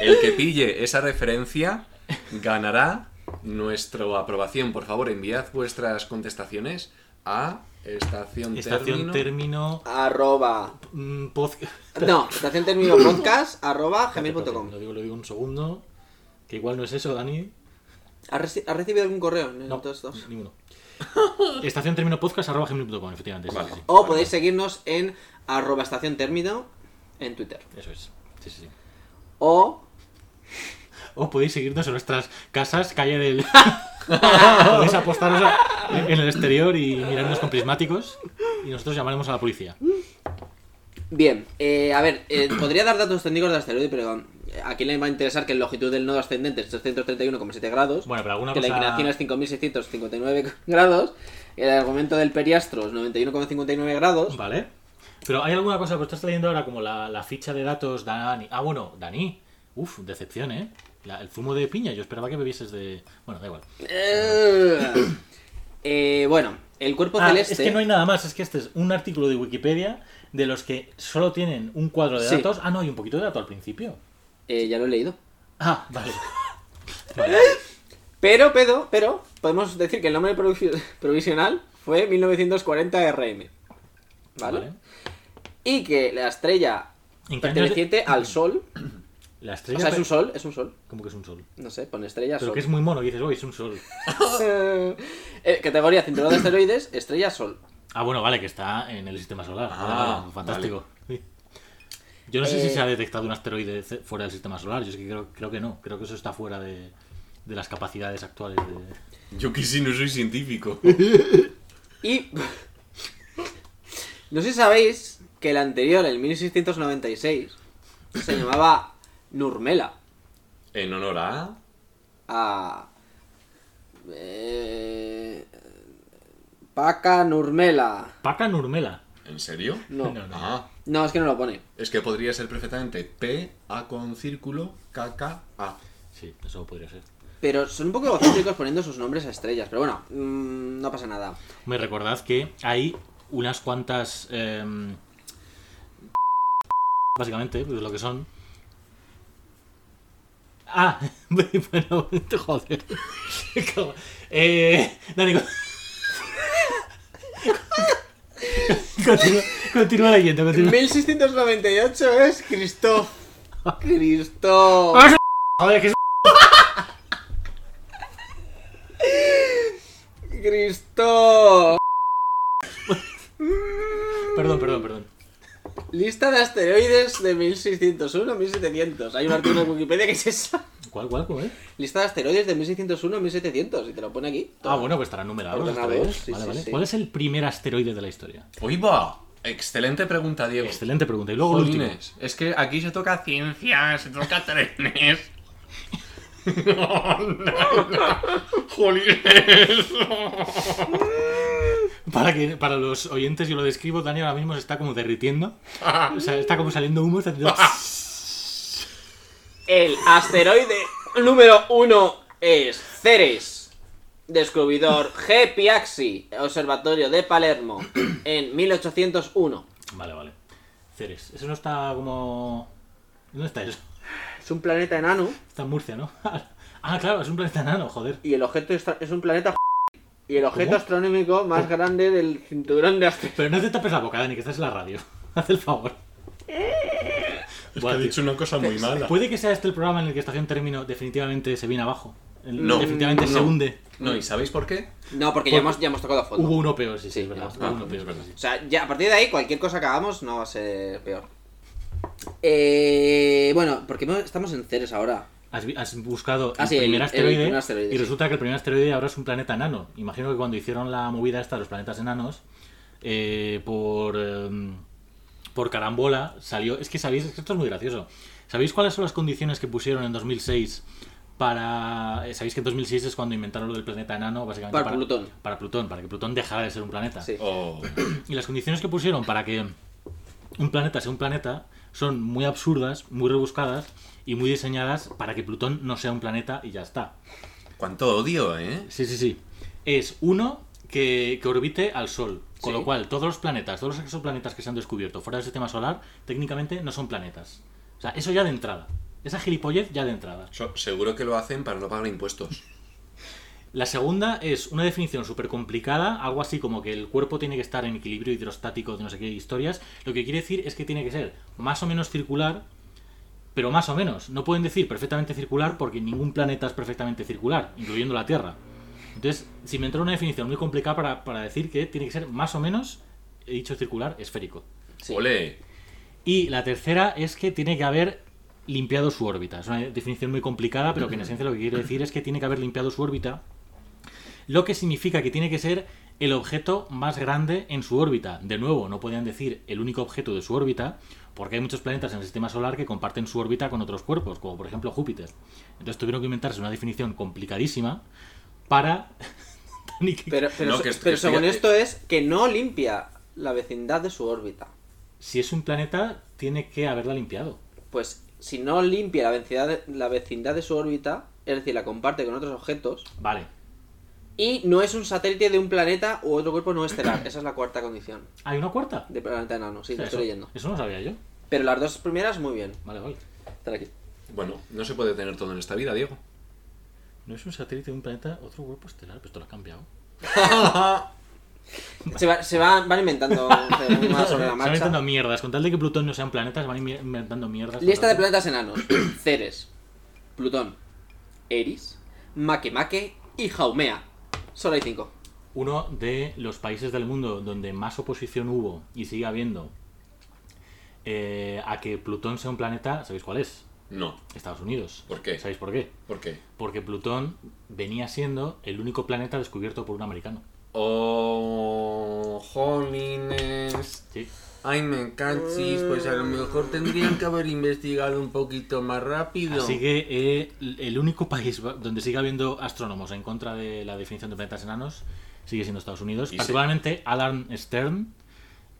El que pille esa referencia ganará nuestra aprobación. Por favor, enviad vuestras contestaciones a estación, Estación término. término. Arroba. mm, pod- No, estación término podcast arroba gmail.com. Lo digo, lo digo un segundo. Que igual no es eso, Dani. ¿Has, reci- has recibido algún correo en No, todos estos? ninguno. Estación término podcast arroba gmail.com, efectivamente. sí, Vale. sí, sí. O podéis seguirnos en arroba estación término en Twitter. Eso es. Sí, sí, sí. O O podéis seguirnos en nuestras casas, calle del. podéis apostaros a- en el exterior y mirarnos con prismáticos. Y nosotros llamaremos a la policía. Bien, eh, a ver, eh, podría dar datos técnicos del asteroide, pero eh, ¿a quién le va a interesar que la longitud del nodo ascendente es 331,7 grados? Bueno, pero alguna que la cosa- inclinación es 5.659 grados, el argumento del periastro es 91,59 grados. Vale. Pero hay alguna cosa, pero estás leyendo ahora como la, la ficha de datos, Dani. Ah, bueno, Dani. Uf, decepción, ¿eh? La- el zumo de piña, yo esperaba que bebieses de... Bueno, da igual. Eh, eh, bueno, el cuerpo Ah, celeste... es que no hay nada más, es que este es un artículo de Wikipedia de los que solo tienen un cuadro de Sí. datos. Ah, no, hay un poquito de dato al principio. eh, ya lo he leído. Ah, vale. Pero, pero, pero, podemos decir que el nombre provi- provisional fue 1940 RM. ¿Vale? Y que la estrella ¿En qué año es de- perteneciente al Sol... La O estrella... sea, es un sol, es un sol. ¿Cómo que es un sol? No sé, pone estrella Pero sol. que es muy mono, y dices, uy, es un sol. Eh, eh, categoría cinturón de asteroides, estrella sol. Ah, bueno, vale, que está en el sistema solar. Ah, Vale, fantástico. Sí. Yo no sé Eh, si se ha detectado un asteroide ce- fuera del sistema solar. Yo es que creo, creo que no. Creo que eso está fuera de, de las capacidades actuales. De... Yo que sí no soy científico. Y. no sé si sabéis que el anterior, el 1696, se llamaba Nurmela. En honor a... A. Eh... Paca Nurmela. Paca Nurmela. ¿En serio? No. No, no. Ah, No, es que no lo pone. es que podría ser perfectamente P, A con círculo, K, K, A. Sí, eso podría ser. Pero son un poco egocéntricos poniendo sus nombres a estrellas. Pero bueno, mm, no pasa nada. Me recordad que hay unas cuantas. em, básicamente, pues lo que son. Ah, bueno, joder. Me cago- Eh, Dani, con- continúa, continúa leyendo, continúa. 1698 es Cristo. Cristo. Joder, que es- Cristo. Perdón, perdón, perdón. Lista de asteroides de 1601 a 1700. Hay un artículo en Wikipedia que es esa. ¿Cuál, cuál, cuál? eh? Lista de asteroides de 1601 a 1700. Y te lo pone aquí. Ah, bueno, pues estará numerado. los Ordenados, asteroides. sí, vale, sí, vale. sí. ¿Cuál es el primer asteroide de la historia? ¡Uy, va! Excelente pregunta, Diego. Excelente pregunta. Y luego el último. Jolines, es que aquí se toca ciencia, se toca trenes. Para, que, para los oyentes, yo lo describo, Dani ahora mismo se está como derritiendo. O sea, está como saliendo humo. está haciendo- El asteroide número 1 es Ceres. Descubridor G. Piaxi, Observatorio de Palermo, en 1801. Vale, vale. Ceres. Eso no está como... ¿Dónde está eso? Es un planeta enano Está en Murcia, ¿no? Ah, claro, es un planeta enano, joder. y el objeto estra- es un planeta y el objeto ¿Cómo? astronómico más grande del cinturón de asteroides. Pero no te tapes la boca, Dani, que estás en la radio. Haz el favor. Buah, tío. una cosa muy mala. Puede que sea este el programa en el que Estación Término definitivamente se viene abajo. El- No, definitivamente se no. hunde. No, ¿y sabéis por qué? No, porque ya hemos, ya hemos tocado a fondo. Hubo uno peor, sí, sí, Sí, es verdad. ya. Hubo Ah, uno es peor, verdad. sí, sí. O sea, ya a partir de ahí, cualquier cosa que hagamos no va a ser peor. Eh, bueno, ¿por qué no estamos en Ceres ahora? has, vi- has buscado Ah, el, sí, el- primer el asteroide, primer asteroide, y sí. resulta que el primer asteroide ahora es un planeta enano. Imagino que cuando hicieron la movida esta de los planetas enanos, eh, por, em, por carambola salió... Es que sabéis, es que esto es muy gracioso. ¿Sabéis cuáles son las condiciones que pusieron en 2006 para... eh, Sabéis que en 2006 es cuando inventaron lo del planeta enano, básicamente Para Plutón. Para Plutón, para que Plutón dejara de ser un planeta. Sí. Oh, Y las condiciones que pusieron para que un planeta sea un planeta son muy absurdas, muy rebuscadas y muy diseñadas para que Plutón no sea un planeta y ya está. cuánto odio, ¿eh? Sí, sí, sí. Es uno que, que orbite al Sol. Con Sí. lo cual, todos los planetas, todos los exoplanetas que se han descubierto fuera del sistema solar, técnicamente no son planetas. O sea, eso ya de entrada. Esa gilipollez ya de entrada. So- seguro que lo hacen para no pagar impuestos. La segunda es una definición súper complicada, algo así como que el cuerpo tiene que estar en equilibrio hidrostático de no sé qué historias. Lo que quiere decir es que tiene que ser más o menos circular, pero más o menos. No pueden decir perfectamente circular porque ningún planeta es perfectamente circular, incluyendo la Tierra. Entonces, si me entra una definición muy complicada para, para decir que tiene que ser más o menos, he dicho circular, esférico. Sí. Ole, Y la tercera es que tiene que haber limpiado su órbita. Es una definición muy complicada, pero que en esencia lo que quiere decir es que tiene que haber limpiado su órbita. Lo que significa que tiene que ser el objeto más grande en su órbita. De nuevo, no podían decir el único objeto de su órbita, porque hay muchos planetas en el sistema solar que comparten su órbita con otros cuerpos, como por ejemplo Júpiter. Entonces tuvieron que inventarse una definición complicadísima para... ni que- Pero, pero, No, se- que es- que pero estoy- según esto es que no limpia la vecindad de su órbita. Si es un planeta, tiene que haberla limpiado. Pues si no limpia la vecindad, de- la vecindad de su órbita, es decir, la comparte con otros objetos, Vale. y no es un satélite de un planeta u otro cuerpo no estelar. Esa es la cuarta condición ¿Hay una cuarta? de planeta enano, sí, O sea, lo estoy eso- leyendo. Eso no lo sabía yo. Pero las dos primeras, muy bien. Vale, vale. Están aquí. bueno, no se puede tener todo en esta vida, Diego. No es un satélite de un planeta, otro cuerpo estelar, pues esto lo has cambiado. Se, va- se van- van inventando eh, más sobre la Se van inventando marcha. mierdas. Con tal de que Plutón no sea un planeta, se van inmi- inventando mierdas. Lista de planetas enanos. Ceres, Plutón, Eris, Makemake y Jaumea. Solo hay cinco. Uno de los países del mundo donde más oposición hubo y sigue habiendo eh, a que Plutón sea un planeta, ¿sabéis cuál es? No, Estados Unidos. ¿Por qué? ¿Sabéis por qué? ¿por qué? Porque Plutón venía siendo el único planeta descubierto por un americano. Oh, jolines. Sí. Ay, me cansis, pues a Mm. lo mejor tendrían que haber investigado un poquito más rápido. Así que eh, l- el único país va- donde sigue habiendo astrónomos en contra de la definición de planetas enanos sigue siendo Estados Unidos. Y se- Particularmente Alan Stern,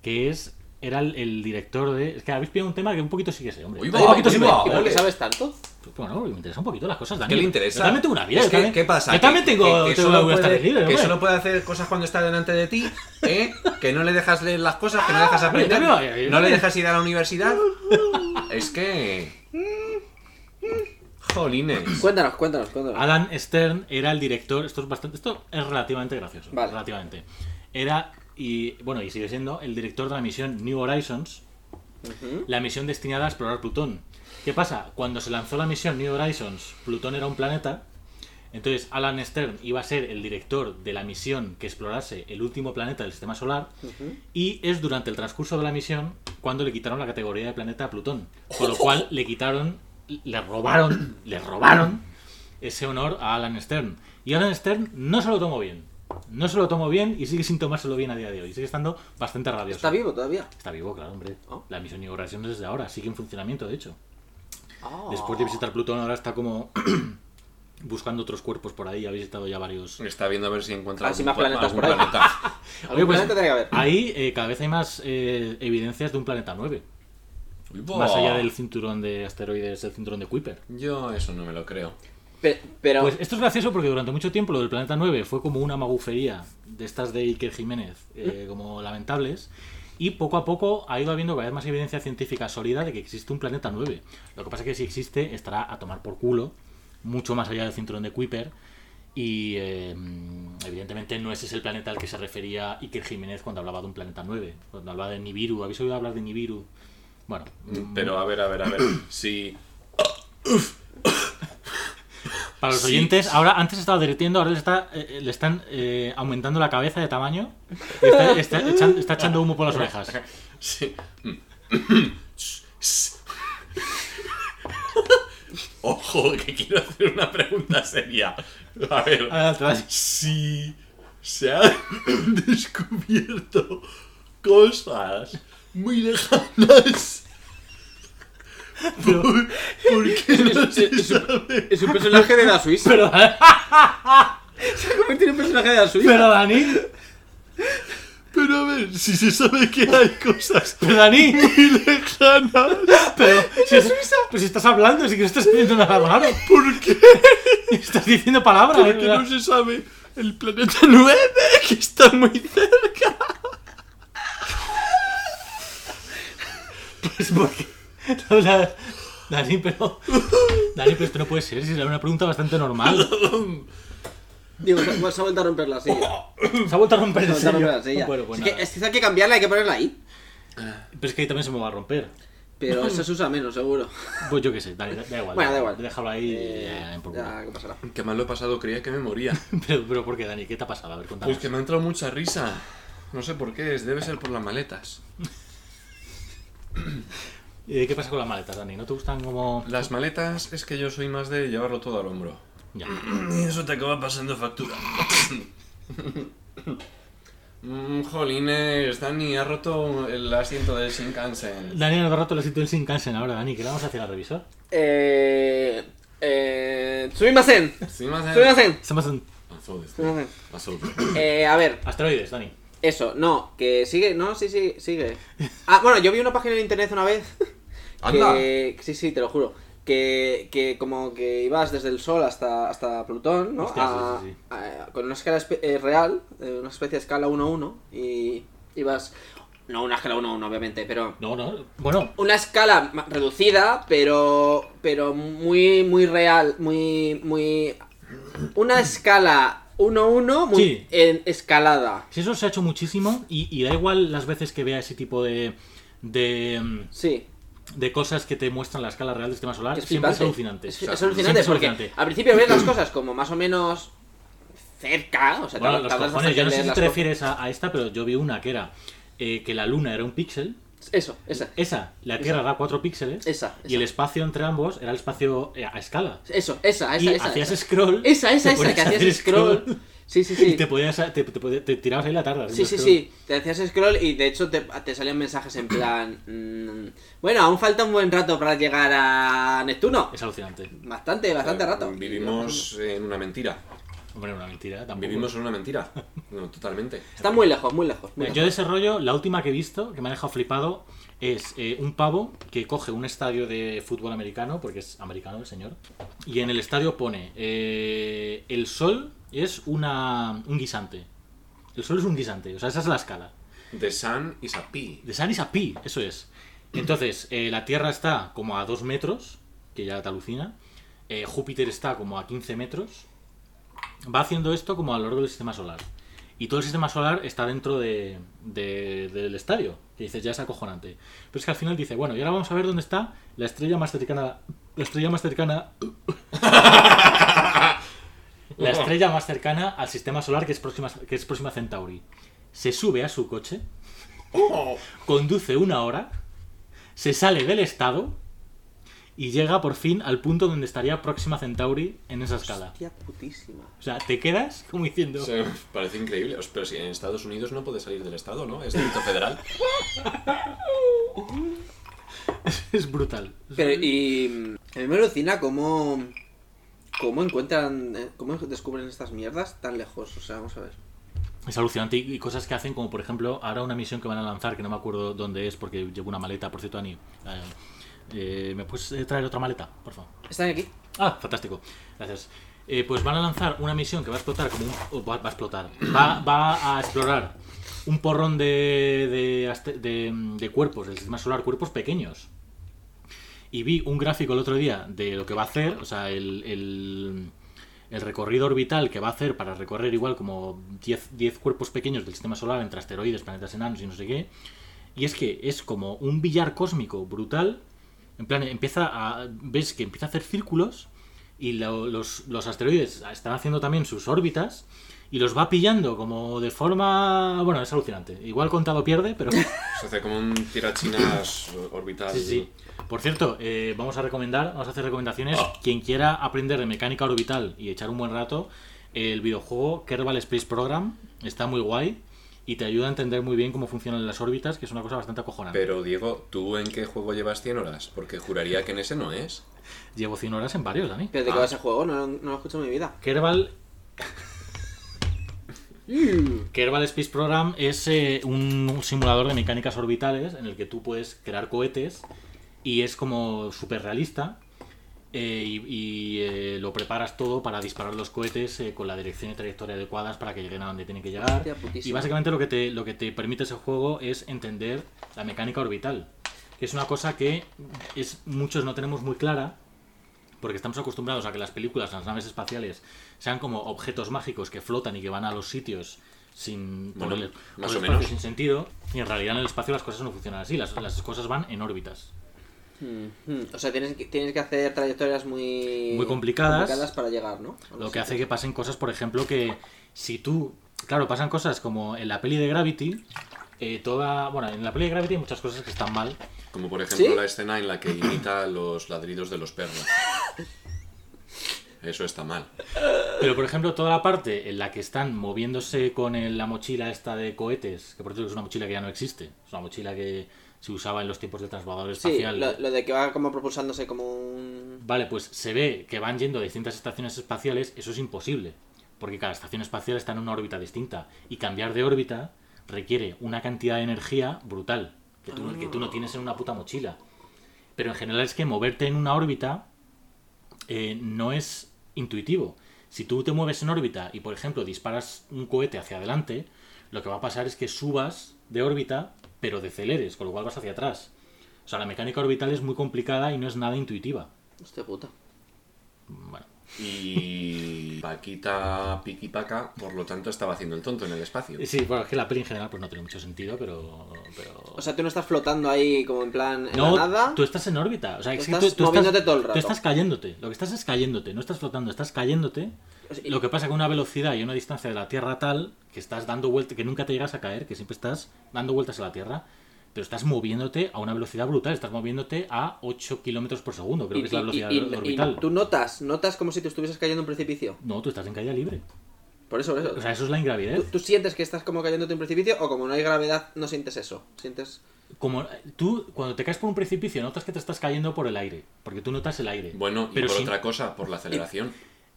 que es era el, el director de... Es que habéis pillado un tema que un poquito sí que sé, hombre. Uy, Un va, poquito uy, sí ¿eh? va. que- ¿Y por Ole. qué sabes tanto? Bueno, porque me interesan un poquito las cosas, Dani. ¿Qué le interesa? Yo también tengo una vida. Es yo que, también- ¿Qué pasa? Yo también Que- tengo... que- que tengo solo una vida puede- libre, que hombre. solo puede hacer cosas cuando está delante de ti, ¿eh? que no le dejas leer las cosas, que no le dejas Ah, mira, aprender, mira, mira. no le dejas ir a la universidad. Es que... Jolines. Cuéntanos, cuéntanos, cuéntanos. Alan Stern era el director. Esto es bastante. Esto es relativamente gracioso. Vale. Relativamente. Era y bueno y sigue siendo el director de la misión New Horizons, la misión destinada a explorar Plutón. ¿Qué pasa? Cuando se lanzó la misión New Horizons, Plutón era un planeta. Entonces Alan Stern iba a ser el director de la misión que explorase el último planeta del Sistema Solar y es durante el transcurso de la misión cuando le quitaron la categoría de planeta a Plutón, con lo cual le quitaron, le robaron, le robaron ese honor a Alan Stern. Y Alan Stern no se lo tomó bien, no se lo tomó bien y sigue sin tomárselo bien a día de hoy, sigue estando bastante rabioso. Está vivo todavía. Está vivo, claro, hombre. Ah. La misión New Horizons es de ahora, sigue en funcionamiento, de hecho. Ah. Ah. Después Oh. de visitar Plutón, ahora está como buscando otros cuerpos por ahí. Ha visitado ya varios. Está viendo a ver si encuentra A ver si más pla- planetas algún por ahí. planeta. Oye, Algún pues, planeta tiene que haber. ahí eh, cada vez hay más eh, evidencias de un planeta 9. Uy, bo. Más allá del cinturón de asteroides, el cinturón de Kuiper. Yo eso no me lo creo. Pe- Pero, Pues esto es gracioso porque durante mucho tiempo lo del planeta 9 fue como una magufería de estas de Iker Jiménez, eh, como lamentables. Y poco a poco ha ido habiendo cada vez más evidencia científica sólida de que existe un planeta 9. Lo que pasa es que si existe, estará a tomar por culo, mucho más allá del cinturón de Kuiper. Y eh, evidentemente no ese es el planeta al que se refería Iker Jiménez cuando hablaba de un planeta 9, cuando hablaba de Nibiru. ¿Habéis oído hablar de Nibiru? Bueno, Mm, Pero a ver, a ver, a ver. Si Para los Sí. oyentes, ahora antes estaba derritiendo, ahora le, está, eh, le están eh, aumentando la cabeza de tamaño. y está, está echan- está echando humo por las orejas. Mm. Sí. Ojo, que quiero hacer una pregunta seria. A ver, Ah, te vas. si se han descubierto cosas muy lejanas, Pero- ¿por, por qué no Es- se es- eh, sabe? Es un personaje de la Suiza. Pero, Se ha convertido en un personaje de la Suiza. pero Dani, Pero a ver, si se sabe que hay cosas pero Dani, muy lejanas, pero si, pero si estás hablando, si que no estás diciendo nada raro, ¿por qué? estás diciendo palabras. ¿Por qué no se sabe el planeta 9 que está muy cerca? Es Pues porque. no, la- Dani, pero. Dani, pero esto no puede ser, si era una pregunta bastante normal. Digo, se ha- se ha vuelto a romper la silla. Se ha vuelto a romper Se ha el sello. vuelto a romper la silla. Bueno, pues es que nada. esta hay que cambiarla, hay que ponerla ahí. Pero es que ahí también se me va a romper. Pero esa se usa menos, seguro. Pues yo qué sé, dale, da, da igual. Bueno, da igual. Déjalo ahí. Eh, eh, por culo. ya, ¿qué pasará? Qué mal lo he pasado, creía que me moría. Pero, pero ¿por qué, Dani? ¿Qué te ha pasado? A ver, contanos. Pues que me ha entrado mucha risa. No sé por qué, es- debe ser por las maletas. Eh, ¿Qué pasa con las maletas, Dani? ¿No te gustan como.? Las maletas es que yo soy más de llevarlo todo al hombro. Ya. Y eso te acaba pasando factura. Mm, jolines, Dani, ha roto el asiento del Shinkansen. Dani, nos ha roto el sitio del Shinkansen ahora, Dani. ¿Qué le vamos a hacer al revisor? Eh. Eh. Sumimasen. Sí, más Sumimasen. Estamos en. Azul, este. Sumimasen. Azul. Eh, a ver, Asteroides, Dani. eso, no, que sigue, no, sí, sí, sigue. Ah, bueno, yo vi una página en internet una vez. Anda. Que, sí, sí, te lo juro. Que, que como que ibas desde el Sol hasta, hasta Plutón, ¿no? Hostia, sí, A- sí, sí. a- con una escala espe- eh, real, eh, una especie de escala 1-1, y ibas. No, una escala 1-1, obviamente, pero. No, no. Bueno, Una escala ma- reducida, pero. Pero muy, muy real, muy. muy. Una escala 1-1 muy Sí. en escalada. si eso se ha hecho muchísimo y, y da igual las veces que vea ese tipo de. de. mm, Sí. de cosas que te muestran la escala real del sistema solar Es siempre es flipante. alucinante. Es, O sea, es alucinante siempre porque es al principio ves las cosas como más o menos cerca, o sea, Bueno, tardas los bastante cojones, yo en no sé leer si las te cosas. refieres a, a esta, pero yo vi una que era eh, que la luna era un píxel. Eso, esa, Esa, la Tierra era cuatro píxeles. esa, Y el espacio entre ambos era el espacio eh, a escala. eso, esa, y Ah, esa, esa, hacías esa. scroll. Esa, esa, te esa, ponías que a hacer hacías scroll. Sí, sí, sí. Y te, podías, te, te- te- te tirabas ahí la tarde. Sí, haciendo sí, scroll. sí. Te hacías scroll y de hecho te, te salían mensajes en plan. mm, bueno, aún falta un buen rato para llegar a Neptuno. Es alucinante. Bastante, bastante rato. Vivimos en una mentira. Hombre, una mentira. Tampoco. Vivimos en una mentira. No, totalmente. Está muy lejos, muy lejos. Mira, muy lejos. Yo de ese rollo, la última que he visto, que me ha dejado flipado, es eh, un pavo que coge un estadio de fútbol americano, porque es americano el señor, y en el estadio pone, eh, el sol es una, un guisante. El sol es un guisante, o sea, esa es la escala. The sun is a pea. De San is a pi, eso es. Entonces, eh, la Tierra está como a 2 metros, que ya te alucina. eh, Júpiter está como a 15 metros. Va haciendo esto como a lo largo del sistema solar. Y todo el sistema solar está dentro de, de- del estadio. Que dices, ya es acojonante. Pero es que al final dice, bueno, y ahora vamos a ver dónde está la estrella más cercana. La estrella más cercana. la estrella más cercana al sistema solar que es próxima, que es próxima a Centauri. Se sube a su coche conduce una hora, se sale del estado y llega por fin al punto donde estaría Próxima Centauri en esa escala. Hostia putísima. O sea, te quedas como diciendo, O sea, parece increíble. Os- Pero si en Estados Unidos no puede salir del Estado, ¿no? Es delito federal. es brutal. Pero, y. A mí me alucina cómo. cómo encuentran. eh, cómo descubren estas mierdas tan lejos. O sea, vamos a ver. Es alucinante y y cosas que hacen como por ejemplo ahora una misión que van a lanzar que no me acuerdo dónde es porque llevo una maleta, por cierto, Ani. eh, eh, ¿Me puedes eh, traer otra maleta, por favor? ¿Están aquí? Ah, fantástico. Gracias. Eh, pues van a lanzar una misión que va a explotar como un... o Va, va a explotar. Va, va a explorar un porrón de, de, aste- de- de cuerpos del sistema solar, cuerpos pequeños. Y vi un gráfico el otro día de lo que va a hacer, o sea, el, el- el recorrido orbital que va a hacer para recorrer igual como 10 10 cuerpos pequeños del sistema solar entre asteroides, planetas enanos y no sé qué. Y es que es como un billar cósmico brutal. En plan, empieza a. ves que empieza a hacer círculos. Y lo- los, los asteroides están haciendo también sus órbitas. Y los va pillando como de forma. Bueno, es alucinante. Igual contado pierde, pero. Se hace como un tirachinas orbital. Sí, sí. Por cierto, eh, vamos a recomendar, vamos a hacer recomendaciones. Quien quiera aprender de mecánica orbital y echar un buen rato, el videojuego Kerbal Space Program está muy guay y te ayuda a entender muy bien cómo funcionan las órbitas, que es una cosa bastante acojonante. Pero Diego, ¿tú en qué juego llevas 100 horas? Porque juraría que en ese no es. Llevo 100 horas en varios, Dani. Pero de qué va ese juego, no, no lo he escuchado en mi vida. Kerbal Mm. Kerbal Space Program es eh, un simulador de mecánicas orbitales en el que tú puedes crear cohetes y es como súper realista eh, y, y, eh, lo preparas todo para disparar los cohetes eh, con la dirección y trayectoria adecuadas para que lleguen a donde tienen que llegar. Hostia putísima. Y básicamente lo que, te, lo que te permite ese juego es entender la mecánica orbital, que es una cosa que es, muchos no tenemos muy clara porque estamos acostumbrados a que las películas, las naves espaciales, sean como objetos mágicos que flotan y que van a los sitios sin por Bueno, el- más por el o espacio menos. sin sentido, y en realidad en el espacio las cosas no funcionan así, las, las cosas van en órbitas. Mm, O sea, tienes que, tienes que hacer trayectorias muy, Muy complicadas. para llegar, ¿no? A Lo los que hace que sitios. pasen cosas, por ejemplo, que si tú. Claro, pasan cosas como en la peli de Gravity. eh, toda. Bueno, en la peli de Gravity hay muchas cosas que están mal. Como por ejemplo ¿Sí? la escena en la que imita los ladridos de los perros. Eso está mal. Pero, por ejemplo, toda la parte en la que están moviéndose con el- la mochila esta de cohetes, que por cierto es una mochila que ya no existe. Es una mochila que se usaba en los tiempos del transbordador Sí, espacial. lo, lo de que va como propulsándose como un... Vale, pues se ve que van yendo de distintas estaciones espaciales, eso es imposible, porque cada estación espacial está en una órbita distinta y cambiar de órbita requiere una cantidad de energía brutal que tú, que tú no tienes en una puta mochila. Pero en general es que moverte en una órbita eh, no es intuitivo. Si tú te mueves en órbita y, por ejemplo, disparas un cohete hacia adelante, lo que va a pasar es que subas de órbita, pero deceleres, con lo cual vas hacia atrás. O sea, la mecánica orbital es muy complicada y no es nada intuitiva. Hostia puta. Bueno, Y Paquita Piquipaca, por lo tanto, estaba haciendo el tonto en el espacio. sí, bueno, es que la peli en general pues no tiene mucho sentido, pero... pero- O sea, tú no estás flotando ahí como en plan en no, la nada. tú estás en órbita, o sea, Tú es que estás moviéndote todo el Tú rato. estás cayéndote, lo que estás es cayéndote, no estás flotando, estás cayéndote. O sea, Pues, y- Lo que pasa con una velocidad y una distancia de la Tierra tal que estás dando vueltas, que nunca te llegas a caer, que siempre estás dando vueltas a la Tierra, pero estás moviéndote a una velocidad brutal, estás moviéndote a 8 kilómetros por segundo, creo y- que es la y- velocidad y- y- orbital. y tú notas, notas como si te estuvieses cayendo en un precipicio. No, tú estás en caída libre. Por eso, por eso. O sea, eso es la ingravidez. ¿Tú, tú sientes que estás como cayéndote en un precipicio o como no hay gravedad no sientes eso? Sientes... Como tú, cuando te caes por un precipicio, notas que te estás cayendo por el aire, porque tú notas el aire. Bueno, y pero por si- otra e- cosa, por la aceleración.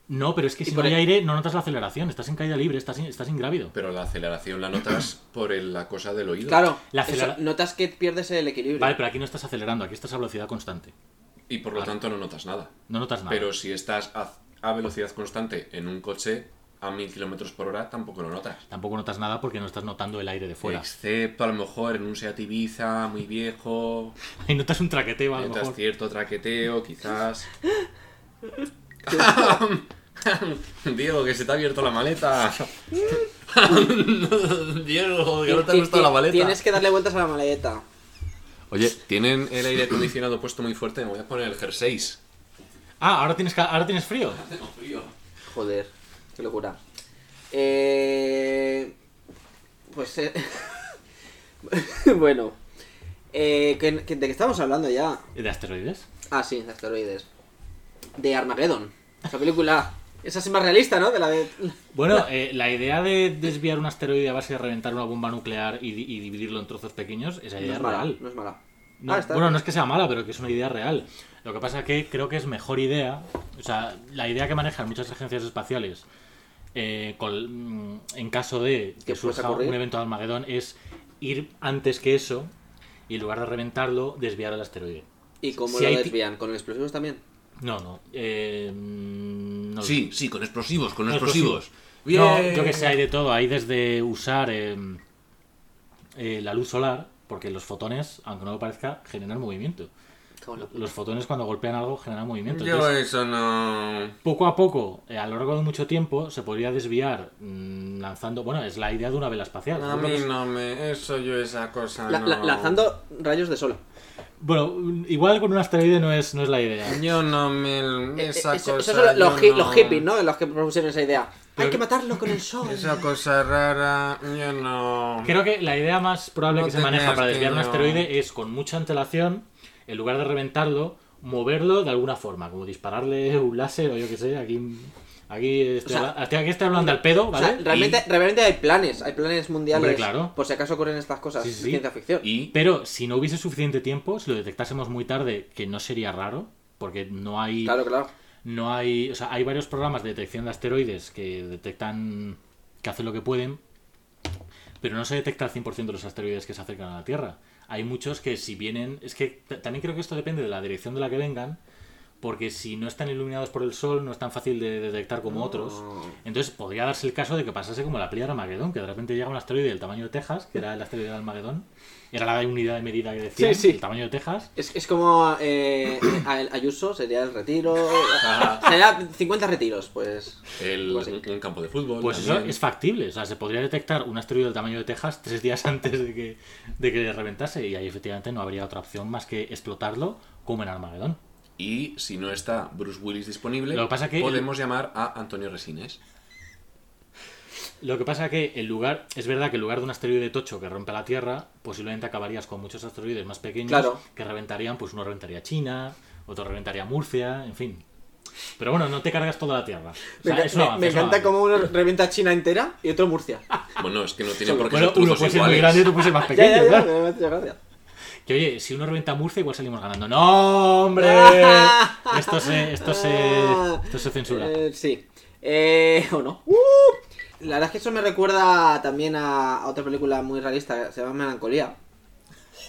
No, pero es que si no por hay el- aire, no notas la aceleración, estás en caída libre, estás, in- estás ingrávido. Pero la aceleración la notas por el- la cosa del oído. Claro, La eso, acelera- notas que pierdes el equilibrio. Vale, pero aquí no estás acelerando, aquí estás a velocidad constante. Y por lo Claro. tanto no notas nada. No notas nada. Pero si estás a, a velocidad constante en un coche a 1000 kilómetros por hora, tampoco lo notas. Tampoco notas nada porque no estás notando el aire de fuera. Excepto a lo mejor en un Seat Ibiza muy viejo, Y notas un traqueteo a lo notas mejor. cierto traqueteo, quizás. Diego, que se te ha abierto la maleta. Diego, que no te ha Ti- gustado ti- la maleta. Tienes que darle vueltas a la maleta. Oye, tienen el aire acondicionado puesto muy fuerte, me voy a poner el jersey. Ah, ahora tienes, ca- ahora tienes frío. Joder, qué locura. Eh, Pues... eh, bueno. Eh, ¿que- que- ¿De qué estamos hablando ya? ¿De asteroides? Ah, sí, de asteroides. De Armageddon. Esa película... Esa es más realista, ¿no? De la de... Bueno, eh, la idea de desviar un asteroide a base de reventar una bomba nuclear y, di- y dividirlo en trozos pequeños, esa No idea es Eh, es mala, real. no es mala. No, Ah, está. bueno, no es que sea mala, pero que es una idea real. Lo que pasa es que creo que es mejor idea, o sea, la idea que manejan muchas agencias espaciales eh, con- mm, en caso de ¿Qué que puede surja ocurrir? un evento de Armagedón es ir antes que eso y en lugar de reventarlo, desviar al asteroide. ¿Y cómo Si lo hay ti- desvían? ¿Con explosivos también? No, no. eh, mm, no lo sé. sí, con explosivos, con No, yo que sé, hay de todo. Hay desde usar eh, eh, la luz solar, porque los fotones, aunque no lo parezca, generan movimiento. Cago en la puta. Los fotones cuando golpean algo generan movimiento. Yo eh, Entonces, eso no... poco a poco, eh, a lo largo de mucho tiempo, se podría desviar mm, lanzando. Bueno, es la idea de una vela espacial. A Yo creo mí que es- Ah, no me... Eso yo esa cosa La- la- no... lanzando rayos de sol. Eh, Bueno, igual con un asteroide no es, no es la idea. Yo no me. Eh, Esa eso- cosa. esos son los, yo hi- no- los hippies, ¿no? Los que propusieron esa idea. Hay Yo- que matarlo con el sol. Esa cosa rara, yo no. Creo que la idea más probable No que se te maneja creas para que desviar un no. asteroide es con mucha antelación, en lugar de reventarlo, moverlo de alguna forma, como dispararle un láser o yo qué sé, aquí aquí estoy, sea, habla- aquí estoy hablando al pedo, O ¿vale? sea, realmente, realmente hay planes, hay planes mundiales. Hombre, claro. Por si acaso ocurren estas cosas, Sí, sí. ciencia ficción. Y- Y pero si no hubiese suficiente tiempo, si lo detectásemos muy tarde, que no sería raro, porque no hay Claro, claro. no hay, o sea, hay varios programas de detección de asteroides que detectan que hacen lo que pueden, pero no se detecta el 100% de los asteroides que se acercan a la Tierra. Hay muchos que si vienen, es que t- también creo que esto depende de la dirección de la que vengan, porque si no están iluminados por el sol no es tan fácil de detectar como otros. Entonces podría darse el caso de que pasase como la peli de Armagedón, que de repente llega un asteroide del tamaño de Texas, que era el asteroide de Armagedón, era la unidad de medida que decía, Sí, sí. el tamaño de Texas. Es, es como eh, a- el Ayuso, sería el retiro. sería 50 retiros, pues. el, Pues sí. un, un campo de fútbol. Pues eso también. es factible, o sea, se podría detectar un asteroide del tamaño de Texas tres días antes de que, de que reventase y ahí efectivamente no habría otra opción más que explotarlo como en Armagedón. Y si no está Bruce Willis disponible, Lo que pasa que- podemos llamar a Antonio Resines. Lo que pasa que el lugar, es verdad que en lugar de un asteroide tocho que rompe la Tierra, posiblemente acabarías con muchos asteroides más pequeños Claro. que reventarían, pues uno reventaría China, otro reventaría Murcia, en fin. Pero bueno, no te cargas toda la Tierra. O sea, me es un me- avance, me es un encanta avance. cómo uno revienta China entera y otro Murcia. Bueno, es que no tiene por qué Bueno, ser uno trozos puede ser muy iguales. grande y otro puede ser más Ya, Ah, pequeño, ya, ya, claro. me- me hace gracia. Que oye, si uno reventa Murcia, igual salimos ganando. ¡No, hombre! Esto se, esto se, esto se censura. Eh, sí. Eh, o no. ¡Uh! La verdad es que eso me recuerda también a, a otra película muy realista, se llama Melancolía.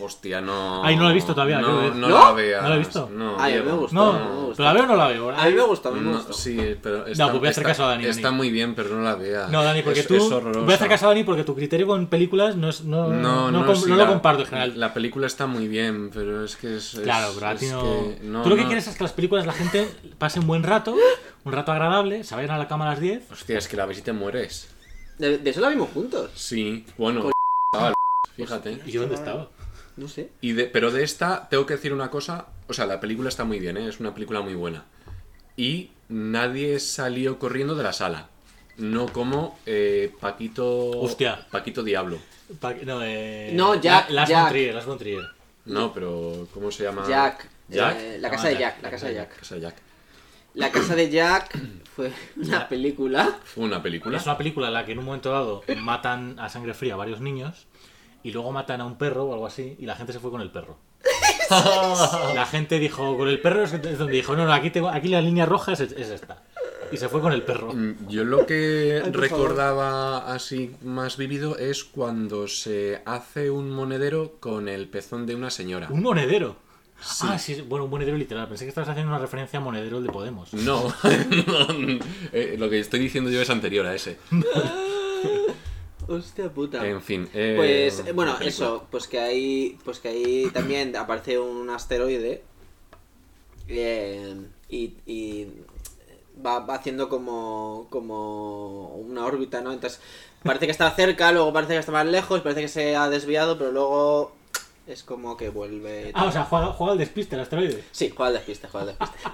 Hostia, no. Ay, no lo he visto todavía, quiero No, ver. no, ¿No? la veas. No lo he visto. No, Ay, a mí me Diego. gusta. No, no me gusta. ¿pero la veo o no la veo? A mí me gusta, a mí me No, gusta. Mm, sí, pero está, pues voy a hacer está- caso a Dani, Dani. Está muy bien, pero no la veas. No, Dani, porque Es- tú... es horrorosa. voy a hacer caso a Dani porque tu criterio con películas no es... No, no, No, no, com- sí, no la- lo comparto en general. La película está muy bien, pero es que es. es- claro, pero a ti es no... que- no, Tú lo que no. quieres es que las películas la gente pase un buen rato, un rato agradable, se vayan a la cama a las 10. Hostia, es que la ves y te mueres. De, de eso la vimos juntos. Sí, bueno, Con- chaval, fíjate. ¿Y yo dónde estaba? No sé. Y de- pero de esta tengo que decir una cosa, o sea, la película está muy bien, ¿eh? es una película muy buena. Y nadie salió corriendo de la sala. No como eh, Paquito Hostia. Paquito Diablo. Pa- no, eh... No, Jack, Las Jack. von Trier, Lars von Trier. No, pero ¿cómo se llama? Jack. Ah. Jack. eh, la Llama casa de Jack, Jack, la casa de Jack. O sea, Jack. La casa de Jack fue una película. Fue una película. Es una película en la que en un momento dado matan a sangre fría a varios niños y luego matan a un perro o algo así y la gente se fue con el perro. La gente dijo, con el perro es es donde dijo, no, no, aquí, tengo, aquí la línea roja es, es esta. Y se fue con el perro. Mm, Yo lo que Ay, por recordaba así más vivido es cuando se hace un monedero con el pezón de una señora. Un monedero. Ah, sí, bueno, un monedero literal. Pensé que estabas haciendo una referencia a monedero el de Podemos. No, Eh, lo que estoy diciendo yo es anterior a ese. Hostia puta. En fin. eh, Pues eh, bueno, película. eso, pues que ahí, pues que ahí también aparece un asteroide eh, y, y va, va haciendo como, como una órbita, ¿no? Entonces parece que está cerca, luego parece que está más lejos, parece que se ha desviado, pero luego es como que vuelve. y Ah, tal. o sea, juega, juega al despiste, el asteroide. Sí, juega al despiste, juega al despiste.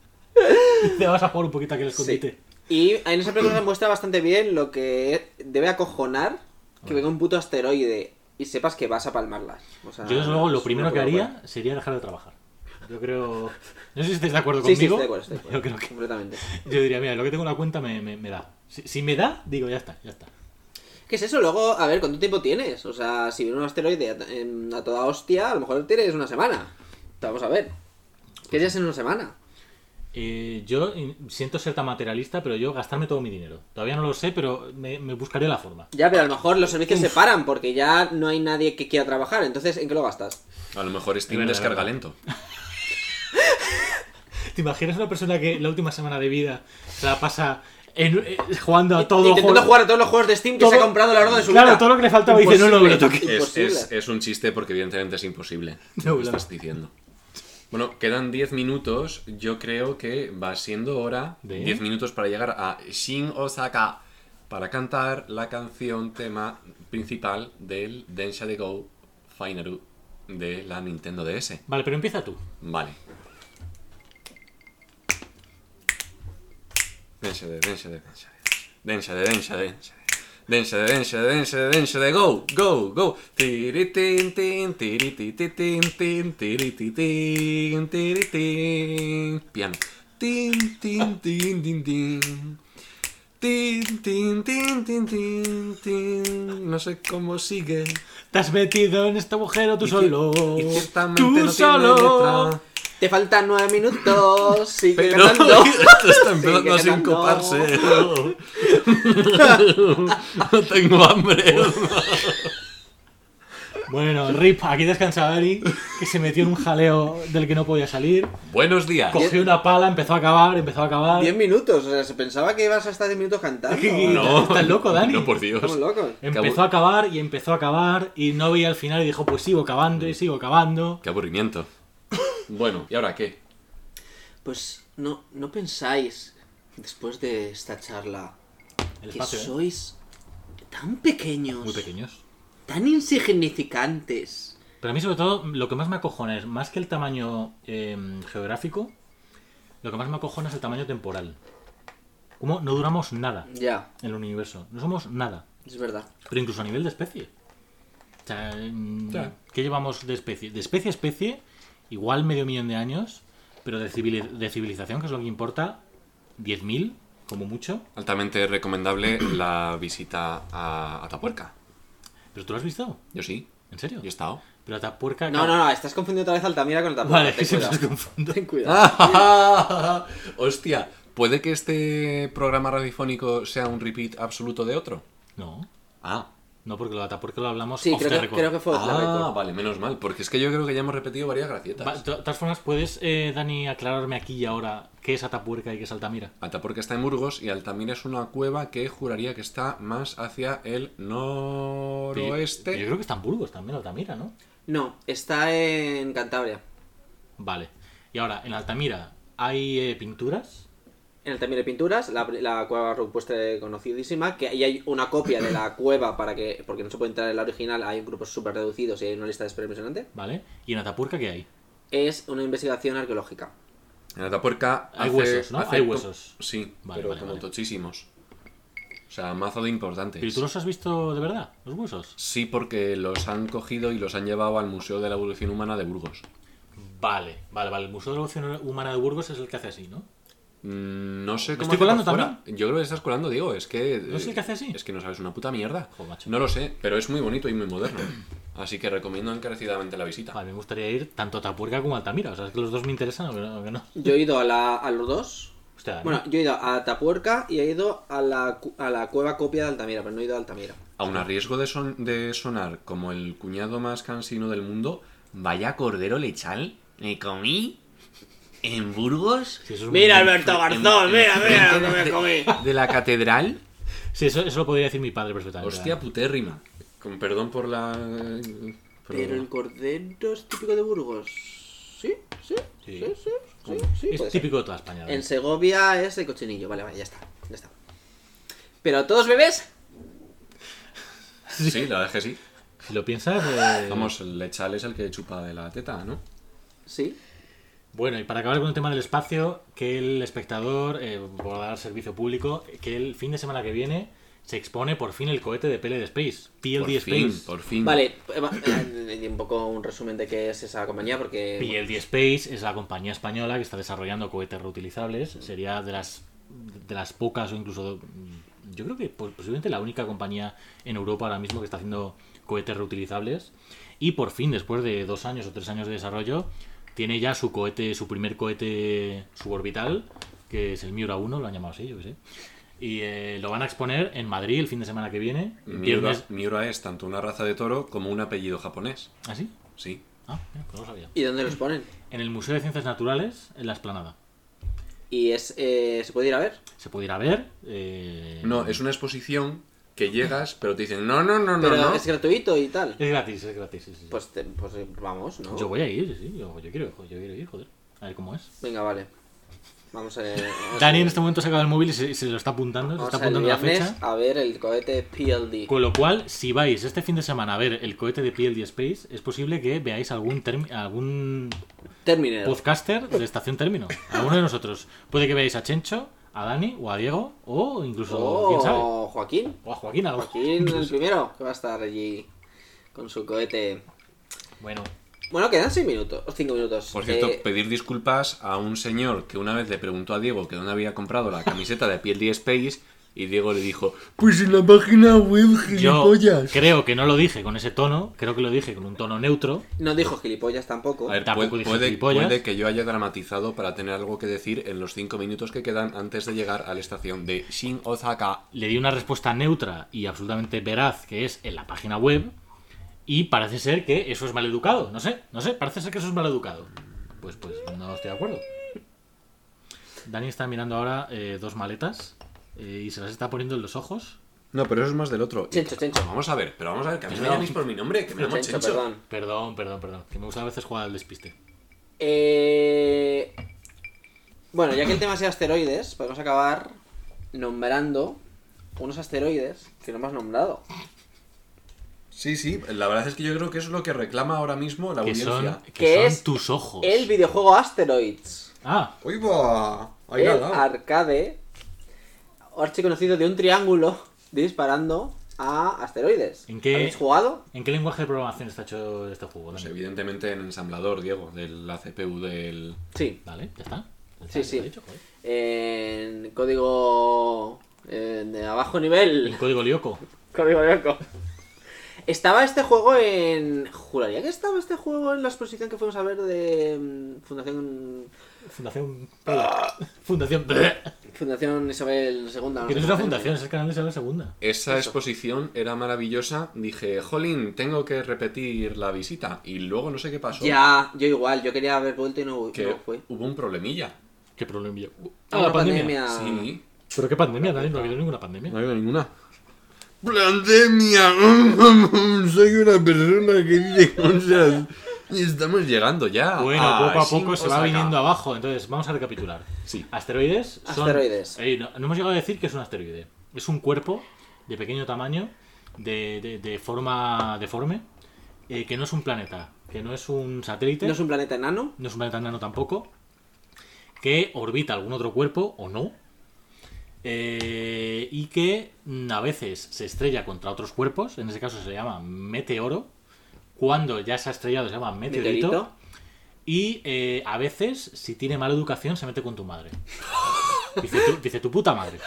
Te vas a jugar un poquito a que el escondite. Sí. Y en esa película se muestra bastante bien lo que debe acojonar que venga un puto asteroide y sepas que vas a palmarlas. O sea, Yo, desde luego, lo es primero una que locura. haría sería dejar de trabajar. Yo creo. No sé si estáis de acuerdo Sí, conmigo. sí, estoy de acuerdo, estoy de acuerdo. Yo creo que Completamente. Yo diría, mira, lo que tengo en la cuenta me, me- me da. Si, si me da, digo, ya está, ya está. ¿Qué es eso? Luego, a ver, ¿cuánto tiempo tienes? O sea, si viene un asteroide a, em, a toda hostia, a lo mejor tienes una semana. Vamos a ver. ¿Qué días en una semana? Eh, yo in- siento ser tan materialista, pero yo gastarme todo mi dinero. Todavía no lo sé, pero me, me buscaré la forma. Ya, pero a lo mejor los servicios se paran porque ya no hay nadie que quiera trabajar. Entonces, ¿en qué lo gastas? A lo mejor Steam Verdad, descarga verdad. lento. ¿Te imaginas una persona que la última semana de vida se la pasa en- eh, jugando a todo Intentando juego- jugar a todos los juegos de Steam que se todo- ha comprado a lo largo de su Claro, vida. todo lo que le faltaba, dice, no, no me lo Imposible. toque. Es, Imposible. es- es un chiste porque evidentemente es imposible. No, lo que claro. estás diciendo. Bueno, quedan 10 minutos. Yo creo que va siendo hora. ¿De? 10 minutos para llegar a Shin Osaka. Para cantar la canción tema principal del Densha de Go Finaru de la Nintendo DS. Vale, pero empieza tú. Vale. Dense de, dense de, dense de. Dense de, dense de, dense de. Dense de, dense de, dense de, dense de. Go, go, go. Tiritín, tin, tiritititín, tin, tirititín, tiritín. Piano. Tin, tin, tin, tin, tin. Tin, tin, tin, tin, tin, tin. No sé cómo sigue. Te has metido en este agujero tú Y cier- solo. y ciertamente tú no tiene solo. letra. Te faltan nueve minutos, sigue Pero cantando. esto está empezando a Sigue cantando. sincoparse. No tengo hambre. Bueno, Rip, aquí descansa Ari, que se metió en un jaleo del que no podía salir. Buenos días. Cogió una pala, empezó a acabar, empezó a acabar. Diez minutos, o sea, se pensaba que ibas a estar diez minutos cantando. No, ¿Estás loco, Dani? No, por Dios. Estamos locos. Empezó a acabar y empezó a acabar y no veía al final y dijo, pues sigo acabando y sigo acabando. Qué aburrimiento. Bueno, ¿y ahora qué? Pues no, no pensáis, después de esta charla, El que espacio, ¿eh? sois tan pequeños, Muy pequeños. tan insignificantes. Pero a mí sobre todo lo que más me acojona es, más que el tamaño eh, geográfico, lo que más me acojona es el tamaño temporal. Como no duramos nada Ya, en el universo, no somos nada. es verdad. Pero incluso a nivel de especie. O sea, mm, Ya. ¿qué llevamos de especie? De especie a especie, igual medio millón de años, pero de, civili- de civilización, que es lo que importa, 10.000, como mucho. Altamente recomendable la visita a Atapuerca. ¿Pero tú lo has visto? Yo sí, ¿En serio? yo he estado. Pero Atapuerca... No, no, no, estás confundiendo otra vez Altamira con Altamira. Vale, que ten siempre os cuidado. confundo. Ah, Ten cuidado. Hostia, ¿puede que este programa radiofónico sea un repeat absoluto de otro? No, Ah, no, porque lo de Atapuerca lo hablamos Sí, off the creo que, record. creo que fue otra ah vale, menos mal, porque es que yo creo que ya hemos repetido varias Va, gracietas. de todas formas, ¿puedes, eh, Dani, aclararme aquí y ahora qué es Atapuerca y qué es Altamira? Atapuerca está en Burgos y Altamira es una cueva que juraría que está más hacia el Pero yo- noroeste. Yo, creo que está en Burgos también, Altamira, ¿no? No, está en Cantabria. Vale. Y ahora, en Altamira hay eh, pinturas. En Altamira hay pinturas, la, la cueva rupestre conocidísima, que ahí hay una copia de la cueva para que, porque no se puede entrar en la original, hay grupos súper reducidos y hay una lista de espera impresionante. ¿Vale? ¿Y en Atapuerca qué hay? Es una investigación arqueológica. En Atapuerca Hay hace- huesos, ¿no? hace Hay co- huesos. Sí, Vale, pero vale, como vale. tochísimos. O sea, mazo de importantes. ¿Pero tú los has visto de verdad? ¿Los huesos? Sí, porque los han cogido y los han llevado al Museo de la Evolución Humana de Burgos. Vale, vale, vale. El Museo de la Evolución Humana de Burgos es el que hace así, ¿no? Mm, No sé ¿Me cómo. estoy colando hace por fuera. Yo creo que estás colando, digo. Es que. ¿No es el que hace así? Es que no sabes una puta mierda. Jo, macho. No lo sé, pero es muy bonito y muy moderno. Así que recomiendo encarecidamente la visita. Vale, me gustaría ir tanto a Atapuerca como a Altamira. O sea, es que los dos me interesan, aunque no. aunque no. Yo he ido a, la, a los dos. Hostia, Dani. Bueno, yo he ido a Atapuerca y he ido a la, cu- a la cueva copia de Altamira, pero no he ido a Altamira. Aun a riesgo de, son- de sonar como el cuñado más cansino del mundo, vaya cordero lechal me comí en Burgos. Sí, eso es Mira, muy- Alberto Garzón, mira, mira lo que me comí. De la catedral. Sí, eso, eso lo podría decir mi padre perfectamente. pues Hostia putérrima. Con perdón por la. eh, pero- Pero el cordero es típico de Burgos. Sí, sí, Sí. sí, sí, sí, sí, puede es ser. típico de toda España. Dani. En Segovia es el cochinillo. Vale, vale, ya está, ya está. Pero todos bebés, Sí, la verdad es que sí. Si lo piensas. eh, Vamos, el lechal es el que chupa de la teta, ¿no? sí. Bueno, y para acabar con el tema del espacio, que el espectador, eh, por dar servicio público, que el fin de semana que viene se expone por fin el cohete de PLD Space, PLD Por Space. fin, por fin. Vale, eh, va- eh, eh, un poco un resumen de qué es esa compañía, porque. PLD Space es la compañía española que está desarrollando cohetes reutilizables. Sería de las de las pocas o incluso mm, yo creo que pos- posiblemente la única compañía en Europa ahora mismo que está haciendo cohetes reutilizables y por fin después de dos años o tres años de desarrollo tiene ya su cohete su primer cohete suborbital que es el Miura 1 lo han llamado así yo que sé y eh, lo van a exponer en Madrid el fin de semana que viene Miura, viernes Miura es tanto una raza de toro como un apellido japonés. así Sí. ah mira, pues no lo sabía ¿Y dónde los ponen? en el Museo de Ciencias Naturales en la Esplanada ¿Y es, eh, se puede ir a ver? se puede ir a ver. eh, No, es una exposición que llegas, pero te dicen, no, no, no, no, Pero no. es gratuito y tal. es gratis, es gratis. sí, sí. Pues, te- pues eh, vamos, ¿no? yo voy a ir, sí, yo, yo quiero, yo quiero ir, joder. A ver cómo es. Venga, vale. Vamos a ver. vamos a Dani ver. en este momento se acaba el móvil y se, se lo está apuntando, se Vamos está el apuntando la viernes fecha. a ver el cohete PLD. Con lo cual, si vais este fin de semana a ver el cohete de PLD Space, es posible que veáis algún term- algún Terminator. Pues, podcaster de Estación Término. Alguno de nosotros. Puede que veáis a Chencho, a Dani o a Diego, o incluso, pues, quién sabe, Ah, Oh, Joaquín. o a Joaquín. a lo mejor. Joaquín el primero que va a estar allí con su cohete. Bueno, Bueno, quedan 6 minutos, 5 minutos. Por cierto, Eh, pedir disculpas a un señor que una vez le preguntó a Diego que dónde había comprado la camiseta de piel de Space y Diego le dijo, pues en la página web, yo gilipollas. creo que no lo dije con ese tono, creo que lo dije con un tono neutro. no dijo gilipollas tampoco. A ver, Tampoco puede, dije puede, gilipollas. puede que yo haya dramatizado para tener algo que decir en los cinco minutos que quedan antes de llegar a la estación de Shin Osaka. le di una respuesta neutra y absolutamente veraz, que es en la página web, y parece ser que eso es maleducado. No sé, no sé, parece ser que eso es maleducado. Pues, pues, no estoy de acuerdo. Dani está mirando ahora eh, dos maletas eh, y se las está poniendo en los ojos. No, pero eso es más del otro. Chencho, Chencho. Vamos a ver, pero vamos a ver, que a mí me No. llaméis por mi nombre, que me llamo Chencho, Chencho. perdón. Perdón, perdón, perdón, que me gusta a veces jugar al despiste. Eh, Bueno, ya que el tema es de asteroides, podemos acabar nombrando unos asteroides que no hemos nombrado. Sí, sí, la verdad es que yo creo que eso es lo que reclama ahora mismo la Que audiencia. son, que ¿Qué son es tus ojos. El videojuego Asteroids. Ah, ¡Uy, va! Ahí el la- arcade archiconocido de un triángulo disparando a asteroides. ¿En qué- ¿Habéis jugado? ¿en qué lenguaje de programación está hecho este juego? Pues Dani? evidentemente en ensamblador, Diego, de la CPU del... Sí. Vale, ya está. Ya está, Sí, ya sí. lo he dicho, joder. En código eh, de abajo nivel. En código lioco. Código Lyoko. Estaba este juego en. Juraría que estaba este juego en la exposición que fuimos a ver de mm, Fundación. Fundación. Ah. Fundación. Fundación Isabel II. no Que no sé es una cómo fundación, se es el canal de Isabel Segunda. Esa Eso. exposición era maravillosa. Dije, jolín, tengo que repetir la visita. Y luego no sé qué pasó. llama. Ya, yo igual, yo quería haber vuelto y no, Que no fue. hubo un problemilla. ¿Qué problema? Ah, Una la pandemia. Sí. ¿Pero qué pandemia, Dani? No ha habido ninguna pandemia. ha habido ninguna. Pandemia. Soy una persona que dice cosas. Y estamos llegando ya. Bueno, a poco a Shin poco se va Osaka. viniendo abajo, entonces vamos a recapitular. ah, Sí. Asteroides son. Asteroides. Eh, no, no hemos llegado a decir que es un asteroide. Es un cuerpo de pequeño tamaño, de, de- de forma deforme, eh, que no es un planeta, que no es un satélite, No es un planeta enano. no es un planeta enano tampoco, que orbita algún otro cuerpo o no, eh, y que mm, a veces se estrella contra otros cuerpos, en ese caso se le llama meteoro, cuando ya se ha estrellado se llama meteorito, Meteorito. y eh, a veces, si tiene mala educación, se mete con tu madre. Dice tu, dice, "Tu puta madre.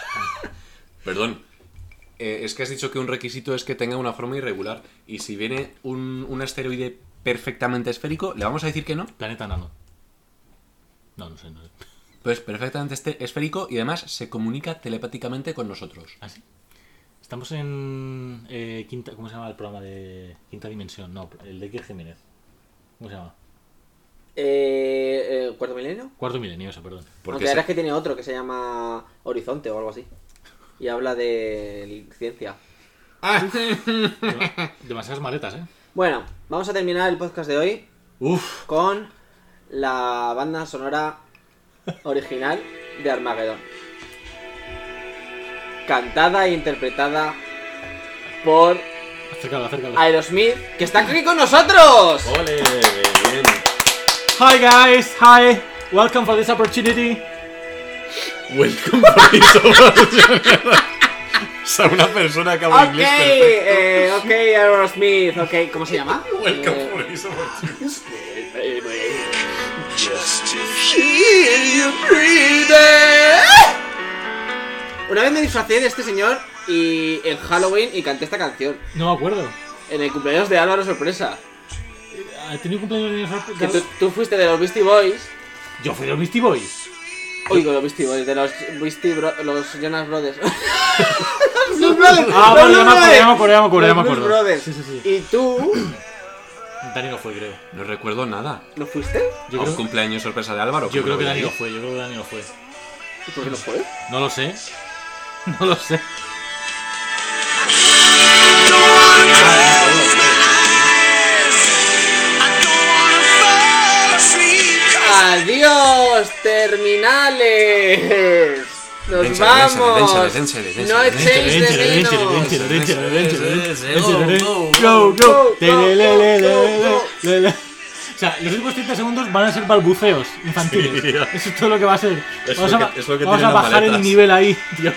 Perdón. Eh, es que has dicho que un requisito es que tenga una forma irregular. Y si viene un, un asteroide perfectamente esférico, ¿le vamos a decir que no? Planeta enano. No, no sé, no sé. Pues perfectamente este- esférico y además se comunica telepáticamente con nosotros. ¿Ah, sí? Estamos en. eh, quinta, ¿Cómo se llama el programa de Quinta Dimensión? No, el de Iker Jiménez. ¿Cómo se llama? Eh, eh, Cuarto milenio. Cuarto milenio, eso, perdón. Porque Aunque ahora se- es que tiene otro que se llama Horizonte o algo así. Y habla de ciencia. ¡Ah! Demasiadas maletas, ¿eh? Bueno, vamos a terminar el podcast de hoy Uf, con la banda sonora original de Armageddon. Cantada e interpretada por Acércalo, acércalo. Aerosmith, que está aquí con nosotros. ole, bien. Hi guys, hi. Welcome for this opportunity. Welcome to O sea, una persona que habla Ok, eh, ok, Aerosmith, ok, ¿cómo se llama? Eh, Una vez me disfracé de este señor y en Halloween y canté esta canción. No me acuerdo. En el cumpleaños de Álvaro Sorpresa. ¿Ha tenido cumpleaños de Que tú, aniversario? tú fuiste de los Beastie Boys. Yo fui de los Beastie Boys. Oigo, los Beastie Boys, de los Beastie Bro- los Jonas Brothers. Ah, Los vale, ya me Blues acuerdo, ya me acuerdo, ya me acuerdo, ya me Brothers. Los Blues acuerdo. Brothers. Sí, sí, sí. Y tú, Dani no fue, creo. No recuerdo nada. ¿no fuiste? Yo A un creo, cumpleaños sorpresa de Álvaro. yo ¿cómo creo que lo Dani no veía? fue, yo creo que Dani no fue. ¿Y por qué no fue? No lo sé. No lo sé. I don't wanna fall asleep. ¡Adiós! terminales. Nos Dense, vamos. dense, dense, dense, dense, no dense, echéis de menos. Go, go. O sea, los últimos 30 segundos van a ser balbuceos infantiles. Eso es todo lo que va a ser. Es vamos lo a, que- es lo que vamos tienen a las bajar el maletas. nivel ahí, Dios.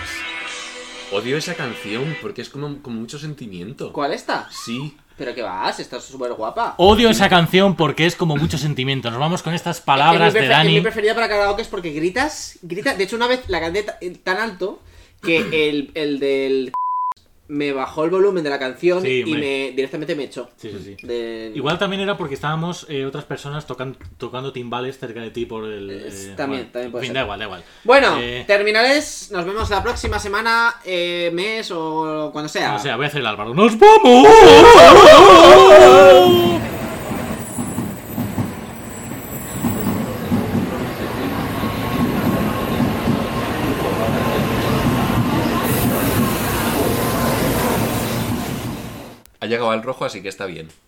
Odio esa canción porque es como con mucho sentimiento. ¿Cuál está? Sí. Pero que vas, estás súper guapa. Odio esa canción porque es como mucho sentimiento. Nos vamos con estas palabras Es mi de prefe- es Mi Dani. preferida para karaoke es porque gritas, gritas. De hecho, una vez la canté ta- eh, tan alto que el, el del me bajó el volumen de la canción Sí, y hombre. me directamente me echó. Sí, sí, sí. Del- Igual también era porque estábamos eh, otras personas tocan- tocando timbales cerca de ti por el. Es- eh, también, bueno, también puede en fin, ser. da igual, da igual. Bueno, Eh, terminales, nos vemos la próxima semana, eh, mes o cuando sea. O sea, voy a hacer el Álvaro. ¡Nos vamos! Ha llegado al rojo, así que está bien.